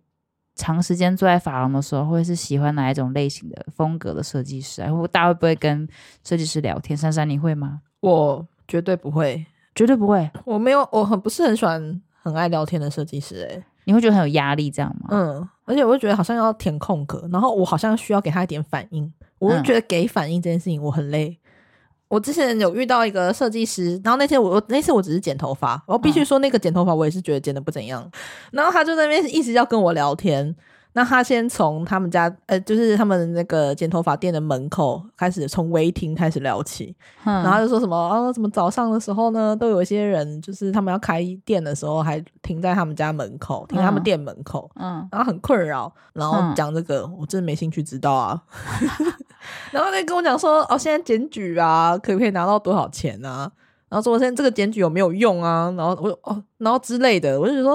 [SPEAKER 2] 长时间坐在发廊的时候，会是喜欢哪一种类型的风格的设计师啊？或大家会不会跟设计师聊天？珊珊，你会吗？
[SPEAKER 1] 我绝对不会，
[SPEAKER 2] 绝对不会，
[SPEAKER 1] 我没有，我很不是很喜欢很爱聊天的设计师诶、
[SPEAKER 2] 你会觉得很有压力，这样吗？
[SPEAKER 1] 嗯，而且我会觉得好像要填空格，然后我好像需要给他一点反应，我就
[SPEAKER 2] 嗯
[SPEAKER 1] 觉得给反应这件事情我很累。我之前有遇到一个设计师，然后那天我我那次我只是剪头发，我必须
[SPEAKER 2] 嗯
[SPEAKER 1] 说那个剪头发我也是觉得剪的不怎样，然后他就在那边一直要跟我聊天。那他先从他们家，呃，就是他们那个剪头发店的门口开始，从围厅开始聊起，
[SPEAKER 2] 嗯
[SPEAKER 1] 然后他就说什么啊，怎么早上的时候呢，都有一些人，就是他们要开店的时候，还停在他们家门口，停在他们
[SPEAKER 2] 嗯
[SPEAKER 1] 店门口，
[SPEAKER 2] 嗯，
[SPEAKER 1] 然后很困扰，然后
[SPEAKER 2] 嗯
[SPEAKER 1] 讲这个，我真的没兴趣知道啊。 然后他跟我讲说，哦，现在检举啊，可不可以拿到多少钱啊？然后说现在这个检举有没有用啊？然后我就哦，然后之类的，我就觉得说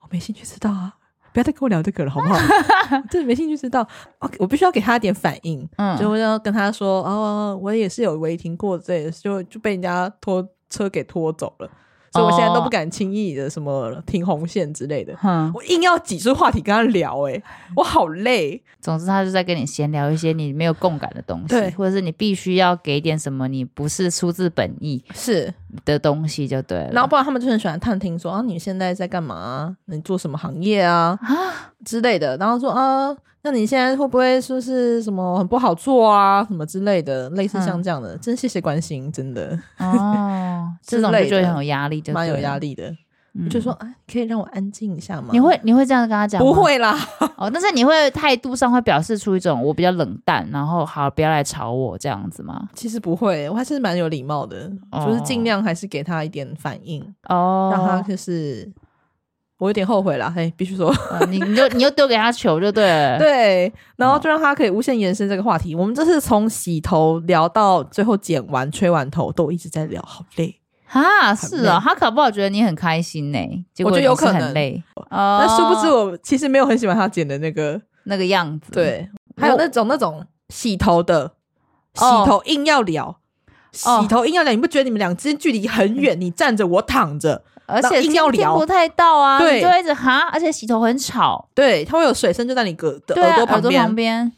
[SPEAKER 1] 我没兴趣知道啊，不要再跟我聊这个了，好不好？我真的没兴趣知道，哦我我必须要给他一点反应，
[SPEAKER 2] 嗯
[SPEAKER 1] 所以我就要跟他说，哦，我也是有违停过之类的，就就被人家拖车给拖走了，所以我现
[SPEAKER 2] 哦
[SPEAKER 1] 在都不敢轻易的什么停红线之类的。
[SPEAKER 2] 哼，
[SPEAKER 1] 我硬要挤出话题跟他聊、欸，我好累。
[SPEAKER 2] 总之他就在跟你闲聊一些你没有共感的东西
[SPEAKER 1] 对，
[SPEAKER 2] 或者是你必须要给点什么你不是出自本意
[SPEAKER 1] 是，
[SPEAKER 2] 的东西就对了。
[SPEAKER 1] 然后不然他们就很喜欢探听说啊，你现在在干嘛啊、你做什么行业啊
[SPEAKER 2] 啊，
[SPEAKER 1] 之类的？然后说啊，那你现在会不会说是什么很不好做啊，什么之类的，类似
[SPEAKER 2] 嗯
[SPEAKER 1] 像这样的，真谢谢关心，真的
[SPEAKER 2] 哦，这种
[SPEAKER 1] 之类
[SPEAKER 2] 就
[SPEAKER 1] 的
[SPEAKER 2] 觉得很有压力就，
[SPEAKER 1] 蛮有压。力的。我
[SPEAKER 2] 嗯
[SPEAKER 1] 就说，哎，可以让我安静一下吗？
[SPEAKER 2] 你会你会这样跟他讲？
[SPEAKER 1] 不。会啦，
[SPEAKER 2] 哦，但是你会态度上会表示出一种我比较冷淡，然后好不要来吵我这样子吗？
[SPEAKER 1] 其实不会，我还是蛮有礼貌的，
[SPEAKER 2] 哦
[SPEAKER 1] 就是尽量还是给他一点反应，
[SPEAKER 2] 哦，
[SPEAKER 1] 让 他就是我有点后悔啦，嘿，必须说
[SPEAKER 2] 呃你你就你就丢给他球 就对哦了。
[SPEAKER 1] 对，然后就让他可以无限延伸这个话题。我们这次从洗头聊到最后剪完、吹完头，都一直在聊，好累。
[SPEAKER 2] 啊，是啊、
[SPEAKER 1] 累
[SPEAKER 2] 他搞不好觉得你很开心呢、结果
[SPEAKER 1] 我觉得
[SPEAKER 2] 你
[SPEAKER 1] 有
[SPEAKER 2] 是
[SPEAKER 1] 可能
[SPEAKER 2] 很累。哦
[SPEAKER 1] 但殊不知我其实没有很喜欢他剪的那个，
[SPEAKER 2] 那个样子，，
[SPEAKER 1] 对，还有
[SPEAKER 2] 我
[SPEAKER 1] 那种那种洗头的，洗
[SPEAKER 2] 哦
[SPEAKER 1] 头硬要聊。
[SPEAKER 2] 哦
[SPEAKER 1] 洗头硬要聊，你不觉得你们俩之间距离很远？你站着，我躺着，
[SPEAKER 2] 而
[SPEAKER 1] 那
[SPEAKER 2] 且
[SPEAKER 1] 硬要
[SPEAKER 2] 听
[SPEAKER 1] 聊
[SPEAKER 2] 不太到啊，
[SPEAKER 1] 对
[SPEAKER 2] 你就会一直哈，而且洗头很吵，
[SPEAKER 1] 对，它会有水声就在你耳的
[SPEAKER 2] 对
[SPEAKER 1] 耳
[SPEAKER 2] 啊，
[SPEAKER 1] 朵
[SPEAKER 2] 耳
[SPEAKER 1] 旁
[SPEAKER 2] 朵
[SPEAKER 1] 边
[SPEAKER 2] 旁，边，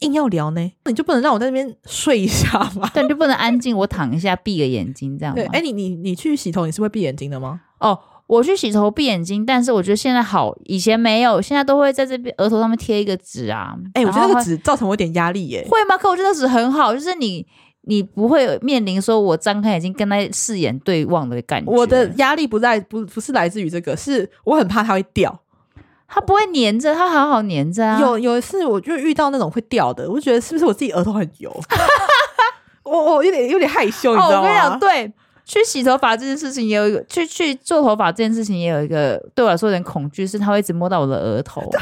[SPEAKER 1] 硬要聊呢，你就不能让我在那边睡一下 吗？
[SPEAKER 2] 对，你就不能安静，我躺一下，闭个眼睛这样吗
[SPEAKER 1] 对，哎、你你你去洗头，你是会闭眼睛的吗？
[SPEAKER 2] 哦，我去洗头闭眼睛，但是我觉得现在好，以前没有，现在都会在这边额头上面贴一个纸啊，
[SPEAKER 1] 哎、我觉得
[SPEAKER 2] 然后
[SPEAKER 1] 那个
[SPEAKER 2] 会
[SPEAKER 1] 纸造成我有点压力耶、
[SPEAKER 2] 会吗？可我觉得纸很好，就是你。你不会有面临说我张开眼睛跟他四眼对望的感觉，
[SPEAKER 1] 我的压力不在不不是来自于这个，是我很怕它会掉。
[SPEAKER 2] 它不会粘着，它好好粘着啊。
[SPEAKER 1] 有有一次我就遇到那种会掉的，我就觉得是不是我自己额头很油？ 我我有点有点害羞，你知
[SPEAKER 2] 哦，
[SPEAKER 1] 道吗？
[SPEAKER 2] 我跟你讲，对，去洗头发这件事情也有一个，去去做头发这件事情也有一个对我来说有点恐惧，是它会一直摸到我的额头。对。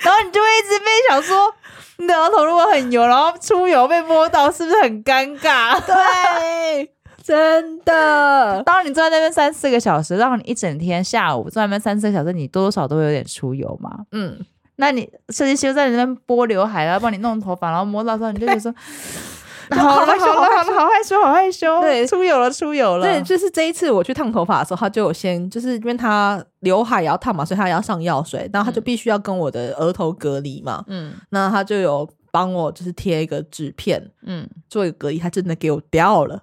[SPEAKER 2] 然后你就会一直被想说，你的额头如果很油，然后出油被摸到，是不是很尴尬？
[SPEAKER 1] 对，真的，
[SPEAKER 2] 当你坐在那边三四个小时，让你一整天下午坐在那边三四个小时，你多多少少都会有点出油嘛。
[SPEAKER 1] 嗯，
[SPEAKER 2] 那你设计师又在你那边拨刘海，然后帮你弄头发，然后摸到之后，你就觉得说，
[SPEAKER 1] 就
[SPEAKER 2] 好
[SPEAKER 1] 好
[SPEAKER 2] 了
[SPEAKER 1] 害羞
[SPEAKER 2] 好了
[SPEAKER 1] 好害
[SPEAKER 2] 好了，好害羞，好害羞，
[SPEAKER 1] 对
[SPEAKER 2] 出油了，出油了，
[SPEAKER 1] 对，就是这一次我去烫头发的时候，他就有先，就是因为他刘海也要烫嘛，所以他也要上药水，然后他就必须要跟我的额头隔离嘛，
[SPEAKER 2] 嗯
[SPEAKER 1] 那他就有帮我就是贴一个纸片
[SPEAKER 2] 嗯，
[SPEAKER 1] 做一个隔离，他真的给我掉 了，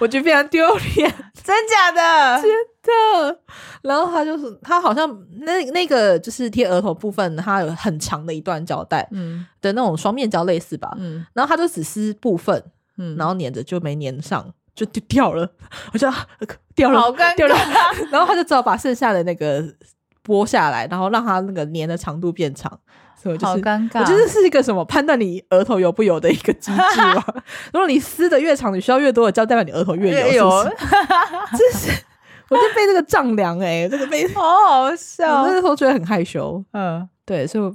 [SPEAKER 1] 我觉得非常丢脸
[SPEAKER 2] 真假的？
[SPEAKER 1] 的。然后他就是他好像那那个就是贴额头部分，它有很长的一段胶带
[SPEAKER 2] 嗯
[SPEAKER 1] 的那种双面胶类似吧，
[SPEAKER 2] 嗯
[SPEAKER 1] 然后他就只撕部分，
[SPEAKER 2] 嗯
[SPEAKER 1] 然后粘着就没粘上，就就掉了， 我就、啊掉了，
[SPEAKER 2] 好尴
[SPEAKER 1] 掉了
[SPEAKER 2] 尬，啊
[SPEAKER 1] 然后他就只好把剩下的那个剥下来，然后让它那个粘的长度变长。所以我就
[SPEAKER 2] 好
[SPEAKER 1] 是，
[SPEAKER 2] 尴尬。啊
[SPEAKER 1] 我觉得是一个什么判断你额头油不油的一个机制 吧。如果你撕的越长，你需要越多的胶，代表你额头越
[SPEAKER 2] 哎
[SPEAKER 1] 油。是不是这是， 我就被这个丈量哎、这个被，我
[SPEAKER 2] 好好笑
[SPEAKER 1] 那。时候觉得很害羞。
[SPEAKER 2] 嗯，
[SPEAKER 1] 对，所以我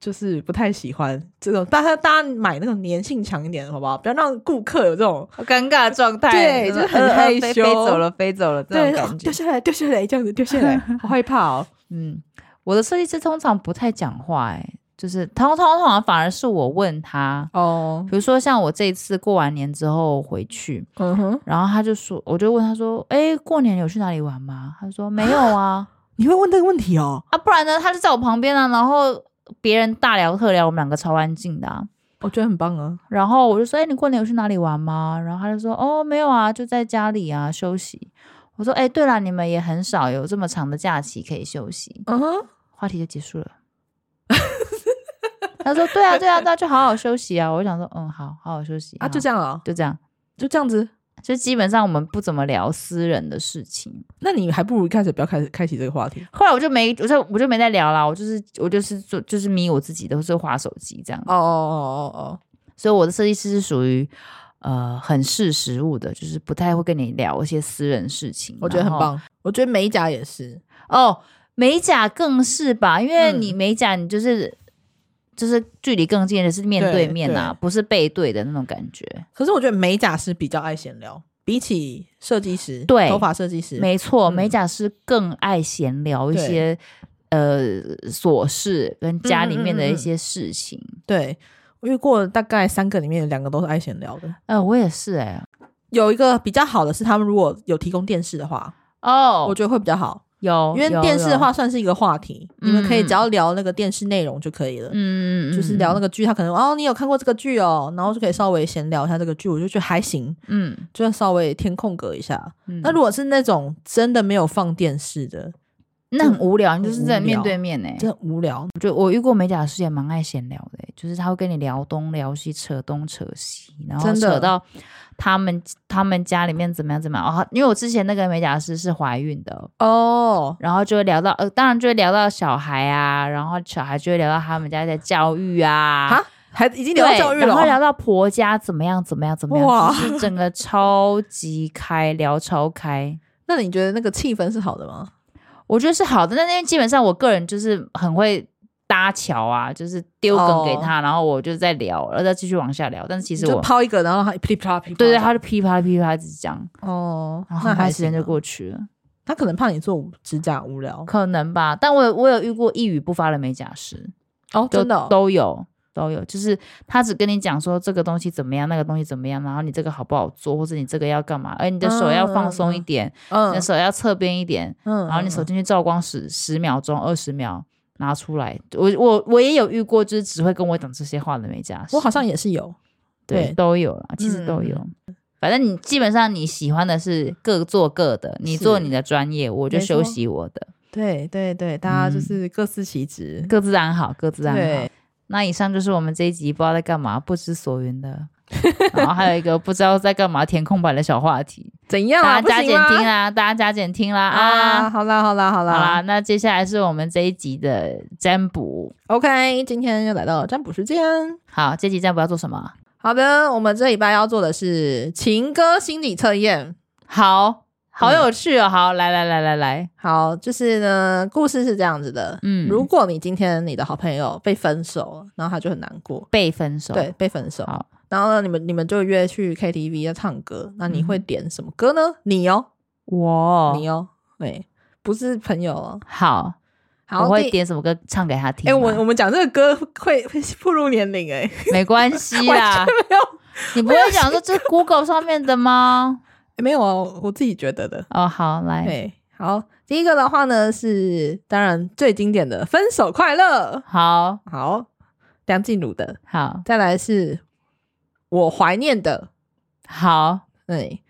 [SPEAKER 1] 就是不太喜欢这种。大家大家买那种粘性强一点的，好不好？不要让顾客有这种
[SPEAKER 2] 好尴尬的状态，
[SPEAKER 1] 对
[SPEAKER 2] 那种
[SPEAKER 1] 就是很
[SPEAKER 2] 呃呃
[SPEAKER 1] 害
[SPEAKER 2] 飞
[SPEAKER 1] 羞
[SPEAKER 2] 飞走了，飞走了这
[SPEAKER 1] 对哦
[SPEAKER 2] 种感觉
[SPEAKER 1] 掉。下来掉下来这样子掉下 来，好害怕哦。
[SPEAKER 2] 嗯，我的设计师通常不太讲话，哎，就是通通通常反而是我问他，
[SPEAKER 1] 哦
[SPEAKER 2] 比，如说像我这一次过完年之后回去，
[SPEAKER 1] 嗯哼，
[SPEAKER 2] 然后他就说，我就问他说，哎，过年有去哪里玩吗？他说没有啊。
[SPEAKER 1] 你会问这个问题哦？
[SPEAKER 2] 啊，不然呢？他就在我旁边啊，然后别人大聊特聊，我们两个超安静的、啊。
[SPEAKER 1] 我觉得很棒啊。
[SPEAKER 2] 然后我就说：“哎、你过年有去哪里玩吗？”然后他就说：“哦，没有啊，就在家里啊休息。”我说：“哎、对了，你们也很少有这么长的假期可以休息。
[SPEAKER 1] 嗯哼，”
[SPEAKER 2] 话题就 结束了。他说：“对啊，对啊，对啊，就好好休息啊。”我就想说：“嗯，好好好休息
[SPEAKER 1] 啊，就
[SPEAKER 2] 样，
[SPEAKER 1] 这样啊、
[SPEAKER 2] 就这样。
[SPEAKER 1] 就这样子。
[SPEAKER 2] 就基本上我们不怎么聊私人的事情。
[SPEAKER 1] 那你还不如一开始不要开始开启这个话题
[SPEAKER 2] 后来我就没，我就我就没再聊啦。我就是我就是做就是迷我自己的，就是划手机这样。
[SPEAKER 1] 哦哦哦哦
[SPEAKER 2] 所以我的设计师是属于呃很识时务的，就是不太会跟你聊一些私人事情。
[SPEAKER 1] 我觉得很
[SPEAKER 2] 然后
[SPEAKER 1] 棒。我觉得美甲也是，
[SPEAKER 2] 哦，美甲更是吧，因为
[SPEAKER 1] 嗯
[SPEAKER 2] 你美甲你就是。就是距离更近的是面对面啊，
[SPEAKER 1] 对
[SPEAKER 2] 不是背对的那种感觉。
[SPEAKER 1] 可是我觉得美甲师比较爱闲聊，比起设计师，
[SPEAKER 2] 对
[SPEAKER 1] 头发设计师，
[SPEAKER 2] 没错，
[SPEAKER 1] 嗯
[SPEAKER 2] 美甲师更爱闲聊一
[SPEAKER 1] 对
[SPEAKER 2] 些呃琐事跟家里面的
[SPEAKER 1] 嗯嗯嗯嗯
[SPEAKER 2] 一些事情。
[SPEAKER 1] 对我遇过大概三个里面有两个都是爱闲聊的。
[SPEAKER 2] 呃，我也是哎、
[SPEAKER 1] 有一个比较好的是，他们如果有提供电视的话，
[SPEAKER 2] 哦，
[SPEAKER 1] 我觉得会比较好，
[SPEAKER 2] 有，
[SPEAKER 1] 因为
[SPEAKER 2] 有
[SPEAKER 1] 电视的，
[SPEAKER 2] 有
[SPEAKER 1] 话算是一个话题，
[SPEAKER 2] 嗯
[SPEAKER 1] 你们可以只要聊那个电视内容就可以了。
[SPEAKER 2] 嗯，嗯嗯
[SPEAKER 1] 就是聊那个剧，他可能哦，你有看过这个剧哦，然后就可以稍微闲聊一下这个剧，我就觉得还行，
[SPEAKER 2] 嗯，
[SPEAKER 1] 就稍微填空格一下。
[SPEAKER 2] 嗯
[SPEAKER 1] 那如果是那种真的没有放电视的，
[SPEAKER 2] 那很无聊，你就是
[SPEAKER 1] 很
[SPEAKER 2] 在
[SPEAKER 1] 无
[SPEAKER 2] 面
[SPEAKER 1] 聊
[SPEAKER 2] 对面呢、欸。
[SPEAKER 1] 真的无聊。
[SPEAKER 2] 就我遇过美甲师也蛮爱闲聊的欸、就是他会跟你聊东聊西，扯东扯西，然后
[SPEAKER 1] 真的
[SPEAKER 2] 扯到他们他们家里面怎么样怎么样。哦，因为我之前那个美甲师是怀孕的哦，
[SPEAKER 1] 哦，
[SPEAKER 2] 然后就会聊到呃，当然就会聊到小孩啊，然后小孩就会聊到他们家的教育啊，
[SPEAKER 1] 哈，还已经
[SPEAKER 2] 对，
[SPEAKER 1] 聊到教育了
[SPEAKER 2] 然后聊
[SPEAKER 1] 哦，
[SPEAKER 2] 到婆家怎么样怎么样怎么样，
[SPEAKER 1] 哇
[SPEAKER 2] 就是整个超级开，聊超开。
[SPEAKER 1] 那你觉得那个气氛是好的吗？
[SPEAKER 2] 我觉得是好的，但那边基本上我个人就是很会搭桥啊，就是丢梗给他，然后我就在聊，然后再继续往下聊。但是
[SPEAKER 1] 哦
[SPEAKER 2] 其
[SPEAKER 1] 你
[SPEAKER 2] 实
[SPEAKER 1] 就
[SPEAKER 2] 我
[SPEAKER 1] 抛一个，然后他噼里啪啦噼里啪啦
[SPEAKER 2] 对对，
[SPEAKER 1] 这样，
[SPEAKER 2] 他就噼啪噼啪一直讲，
[SPEAKER 1] 哦，
[SPEAKER 2] 然后很
[SPEAKER 1] 那还
[SPEAKER 2] 快时间
[SPEAKER 1] 行
[SPEAKER 2] 就
[SPEAKER 1] 啊
[SPEAKER 2] 过去了，
[SPEAKER 1] 他可能怕你做指甲无聊
[SPEAKER 2] 可能吧。但我有我有遇过一语不发的美甲师，
[SPEAKER 1] 哦，
[SPEAKER 2] 就
[SPEAKER 1] 真的哦
[SPEAKER 2] 都有。都有，就是他只跟你讲说这个东西怎么样，那个东西怎么样，然后你这个好不好做，或者你这个要干嘛，哎而你的手要放松一点，你
[SPEAKER 1] 嗯
[SPEAKER 2] 的手要侧边一点，
[SPEAKER 1] 嗯，
[SPEAKER 2] 然后你手
[SPEAKER 1] 嗯
[SPEAKER 2] 进去照光十十秒钟、二十秒拿出来。我我我也有遇过，就是只会跟我讲这些话的美甲师，
[SPEAKER 1] 我好像也是有，
[SPEAKER 2] 对
[SPEAKER 1] 对嗯
[SPEAKER 2] 都有啦，其实都有。反正你基本上你喜欢的是各做各的，你做你的专业，我就
[SPEAKER 1] 没错
[SPEAKER 2] 休息我的，
[SPEAKER 1] 对对对，大家就
[SPEAKER 2] 嗯
[SPEAKER 1] 是各司其职，
[SPEAKER 2] 各自安好，各自啊安好
[SPEAKER 1] 对。，
[SPEAKER 2] 那以上就是我们这一集不知道在干嘛，不知所 云的。然后还有一个不知道在干嘛填空白的小话题，
[SPEAKER 1] 怎样
[SPEAKER 2] 大
[SPEAKER 1] 啊？不
[SPEAKER 2] 家加
[SPEAKER 1] 行
[SPEAKER 2] 减
[SPEAKER 1] 吗
[SPEAKER 2] 听啦，大家加减听啦
[SPEAKER 1] 啊！
[SPEAKER 2] 啊！
[SPEAKER 1] 好啦好啦好
[SPEAKER 2] 好啦，
[SPEAKER 1] 啦
[SPEAKER 2] 那接下来是我们这一集的占卜，
[SPEAKER 1] ，OK，今天又来到了占卜时间。
[SPEAKER 2] 好，这集占卜要做什么？
[SPEAKER 1] 好的，我们这礼拜要做的是情歌心理测验。
[SPEAKER 2] 好好有趣哦！好，来来来来来，
[SPEAKER 1] 好，就是呢，故事是这样子的，
[SPEAKER 2] 嗯
[SPEAKER 1] 如果你今天你的好朋友被分手了，然后他就很难过，
[SPEAKER 2] 被分手，
[SPEAKER 1] 对，，被分手，
[SPEAKER 2] 好，
[SPEAKER 1] 然后呢，你们你们就约去 KTV 要唱歌，那你会点什么歌
[SPEAKER 2] 嗯
[SPEAKER 1] 呢？你哦，
[SPEAKER 2] 我
[SPEAKER 1] 你哦，对，不是朋友哦，
[SPEAKER 2] 好，
[SPEAKER 1] 好，
[SPEAKER 2] 我会
[SPEAKER 1] 第。
[SPEAKER 2] 点什么歌唱给他听
[SPEAKER 1] 哎、
[SPEAKER 2] 吗？
[SPEAKER 1] 我我们讲这个歌会 会步入年龄哎、
[SPEAKER 2] 没关系 啦，
[SPEAKER 1] 没有、
[SPEAKER 2] 你不会讲说这是 Google 上面的 吗？
[SPEAKER 1] 哎没有啊，我我自己觉得的。
[SPEAKER 2] 哦，好，来，
[SPEAKER 1] 对，好，第一个的话呢是当然最经典的《分手快乐》，
[SPEAKER 2] 好
[SPEAKER 1] 好，梁静茹的。
[SPEAKER 2] 好
[SPEAKER 1] 再来是我怀念的，
[SPEAKER 2] 好
[SPEAKER 1] 对，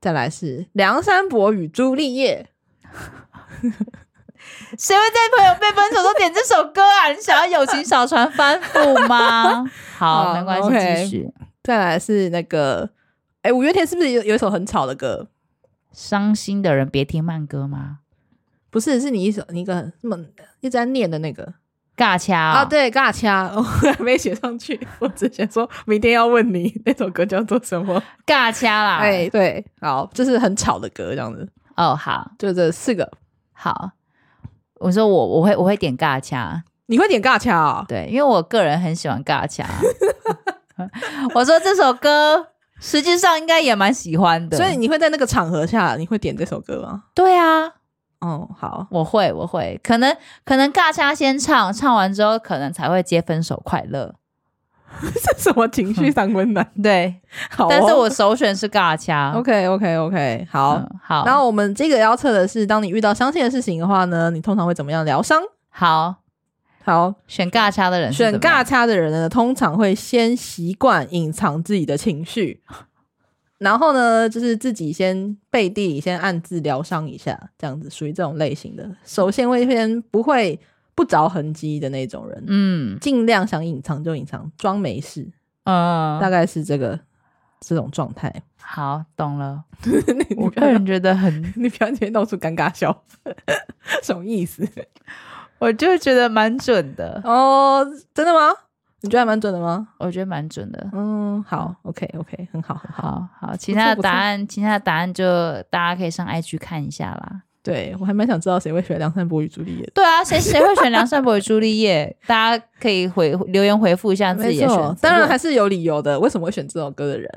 [SPEAKER 1] 再来是梁山伯与朱丽叶。
[SPEAKER 2] 谁会在朋友被分手都点这首歌啊？你想要友情小船翻覆 吗？好，
[SPEAKER 1] 好
[SPEAKER 2] 没关系，
[SPEAKER 1] OK
[SPEAKER 2] 继续。
[SPEAKER 1] 再来是那个，哎，五月天是不是有有一首很吵的歌？
[SPEAKER 2] 伤心的人别听慢歌吗？
[SPEAKER 1] 不是，是你一首你一个很那么一直在念的那个
[SPEAKER 2] 尬掐
[SPEAKER 1] 啊，
[SPEAKER 2] 哦
[SPEAKER 1] 对，尬掐，我 还没写上去，我只写说明天要问你那首歌叫做什么。
[SPEAKER 2] 尬掐啦！
[SPEAKER 1] 哎、对，好，就是很吵的歌，这样子，
[SPEAKER 2] 哦，好，
[SPEAKER 1] 就这四个。
[SPEAKER 2] 好，我说我我会我会点尬掐，
[SPEAKER 1] 你会点尬掐啊、
[SPEAKER 2] 对，因为我个人很喜欢尬掐。 我说这首歌实际上应该也蛮喜欢的，
[SPEAKER 1] 所以你会在那个场合下，你会点这首歌吗？
[SPEAKER 2] 对啊，
[SPEAKER 1] 哦， 好，
[SPEAKER 2] 我会我会，可能可能尬掐先唱，唱完之后可能才会接分手快乐。
[SPEAKER 1] 这什么情绪三温暖？
[SPEAKER 2] 对，
[SPEAKER 1] 好哦、
[SPEAKER 2] 但是我首选是尬掐。
[SPEAKER 1] OK OK OK 好。
[SPEAKER 2] 嗯好，
[SPEAKER 1] 然后我们这个要测的是，当你遇到相信的事情的话呢，你通常会怎么样疗伤？
[SPEAKER 2] 好
[SPEAKER 1] 好，
[SPEAKER 2] 选尬掐的人是
[SPEAKER 1] 选
[SPEAKER 2] 怎么样
[SPEAKER 1] 尬掐的人呢，通常会先习惯隐藏自己的情绪， 然后呢，就是自己先背地里先暗自疗伤一下，这样子属于这种类型的。首先会先不会不着痕迹的那种人，
[SPEAKER 2] 嗯
[SPEAKER 1] 尽量想隐藏就隐藏，装没事，
[SPEAKER 2] 嗯，
[SPEAKER 1] 大概是这个这种状态。
[SPEAKER 2] 好懂了。
[SPEAKER 1] 你
[SPEAKER 2] 我个人觉得很，
[SPEAKER 1] 你不要今天露出尴尬笑， 什么意思？
[SPEAKER 2] 我就觉得蛮准的，
[SPEAKER 1] 哦，真的吗？你觉得还蛮准的吗？
[SPEAKER 2] 我觉得蛮准的。
[SPEAKER 1] 嗯，好，OK OK，很好很好。
[SPEAKER 2] 好好，其
[SPEAKER 1] 不
[SPEAKER 2] 他
[SPEAKER 1] 错
[SPEAKER 2] 的
[SPEAKER 1] 不
[SPEAKER 2] 答
[SPEAKER 1] 错
[SPEAKER 2] 案，其他的答案就大家可以上 IG 看一下啦。
[SPEAKER 1] 对我还蛮想知道谁会选梁山伯与朱丽叶的。
[SPEAKER 2] 对啊，谁谁会选梁山伯与朱丽叶？ 大家可以回留言回复一下自己的选择。
[SPEAKER 1] 当然
[SPEAKER 2] 如
[SPEAKER 1] 还是有理由的，为什么会选这首歌的人？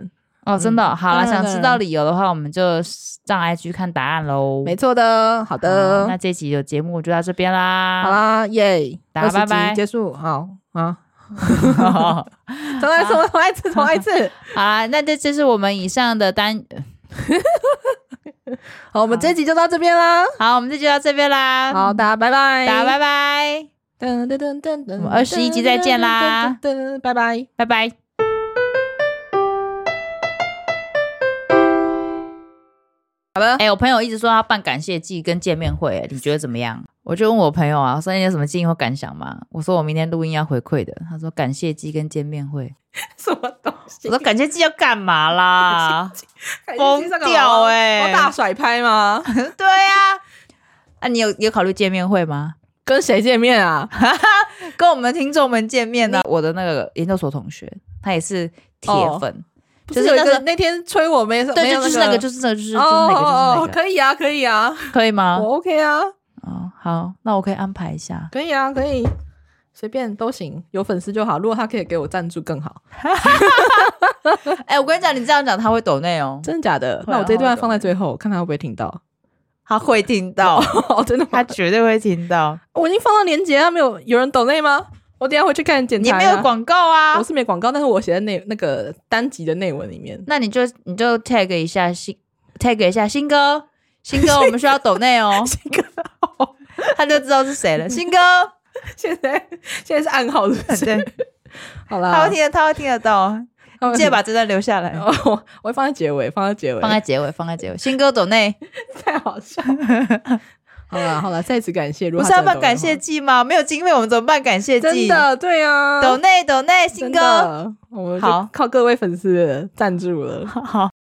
[SPEAKER 2] 果哦，真的哦、好啦，
[SPEAKER 1] 当然
[SPEAKER 2] 想知
[SPEAKER 1] 当
[SPEAKER 2] 道
[SPEAKER 1] 然
[SPEAKER 2] 理由的话，我们就上 IG 看答案喽。
[SPEAKER 1] 没错的，好
[SPEAKER 2] 好
[SPEAKER 1] 的，
[SPEAKER 2] 那这期的节目就到这边啦。
[SPEAKER 1] 好啦，耶，
[SPEAKER 2] 大家
[SPEAKER 1] 20集
[SPEAKER 2] 拜拜
[SPEAKER 1] 结束，好啊，
[SPEAKER 2] 好
[SPEAKER 1] 重来，重来，重来一次，重来一次。
[SPEAKER 2] 啦，那这这是我们以上的单，
[SPEAKER 1] 好，我们这一集就到这边啦。
[SPEAKER 2] 好，我们这就到这边啦。
[SPEAKER 1] 好，，大家拜拜，
[SPEAKER 2] 大家拜拜，
[SPEAKER 1] 拜，噔噔噔噔噔，
[SPEAKER 2] 我们21集再见啦
[SPEAKER 1] 噔，噔噔拜拜。
[SPEAKER 2] 拜拜。
[SPEAKER 1] 好了，
[SPEAKER 2] 哎、我朋友一直说要办感谢祭跟见面会，你觉得怎么样？我我就问我朋友啊，我说你有什么建议或感想吗？我说我明天录音要回馈的。他说感谢祭跟见面会。
[SPEAKER 1] 什么东西
[SPEAKER 2] 我说感谢祭要干嘛啦？
[SPEAKER 1] 感
[SPEAKER 2] 疯
[SPEAKER 1] 谢金上干嘛
[SPEAKER 2] 掉欸
[SPEAKER 1] 要大甩拍吗？
[SPEAKER 2] 对呀、啊，啊，你有有考虑见面会吗？
[SPEAKER 1] 跟谁见面啊？
[SPEAKER 2] 跟我们听众们见面呢、我的那个研究所同学，他也是铁粉，
[SPEAKER 1] 不
[SPEAKER 2] 就是
[SPEAKER 1] 有一
[SPEAKER 2] 那
[SPEAKER 1] 个
[SPEAKER 2] 个
[SPEAKER 1] 那天催我没什，
[SPEAKER 2] 哦对，
[SPEAKER 1] 没有
[SPEAKER 2] 就就是那个，就是是那个，就是就是那
[SPEAKER 1] 哦
[SPEAKER 2] 个，，就哦
[SPEAKER 1] 哦
[SPEAKER 2] 是那
[SPEAKER 1] 可以啊，可以啊，
[SPEAKER 2] 个，可以吗？
[SPEAKER 1] 我 OK 啊，
[SPEAKER 2] 哦，好，那我可以安排一下。
[SPEAKER 1] 可以啊，可以，随便都行，有粉丝就好。如果他可以给我赞助更好，
[SPEAKER 2] 哎、我跟你讲，你这样讲他会抖内哦，
[SPEAKER 1] 真的假的？
[SPEAKER 2] 会啊
[SPEAKER 1] 那我这一
[SPEAKER 2] 会啊
[SPEAKER 1] 段放在最后，看他会不会听到。
[SPEAKER 2] 他会听到，
[SPEAKER 1] 哦，真的吗
[SPEAKER 2] 他？绝对会听到。
[SPEAKER 1] 我已经放到链接啊，没有有人懂内吗？我等一下回去看检
[SPEAKER 2] 你
[SPEAKER 1] 查。
[SPEAKER 2] 没有，广告啊
[SPEAKER 1] 我，是没广告，但是我写在内那个单集的内文里面。
[SPEAKER 2] 那你就你就 tag 一下新 tag 一下新哥，新哥，我们需要抖内 哦，
[SPEAKER 1] 这个
[SPEAKER 2] 他就知道是谁了。新 哥，
[SPEAKER 1] 现在现在是暗号，是不是？
[SPEAKER 2] 对，
[SPEAKER 1] 好啦，
[SPEAKER 2] 他会听得，他会听得到。
[SPEAKER 1] 他会
[SPEAKER 2] 记得把这段留下来，
[SPEAKER 1] 哦，我我会放在结尾，放在结尾，
[SPEAKER 2] 放在结尾，放在结尾。新哥抖内
[SPEAKER 1] 太好笑。好了好了，再次感谢，如
[SPEAKER 2] 不
[SPEAKER 1] 果
[SPEAKER 2] 是
[SPEAKER 1] 他
[SPEAKER 2] 要
[SPEAKER 1] 真的
[SPEAKER 2] 办感谢
[SPEAKER 1] 懂
[SPEAKER 2] 祭吗？没有经费我们怎么办感谢
[SPEAKER 1] 的话真
[SPEAKER 2] 祭？
[SPEAKER 1] 的对啊，
[SPEAKER 2] 抖内抖内，新
[SPEAKER 1] 真
[SPEAKER 2] 哥，
[SPEAKER 1] 的，我们
[SPEAKER 2] 好
[SPEAKER 1] 好靠各位粉丝的赞助了。
[SPEAKER 2] 好，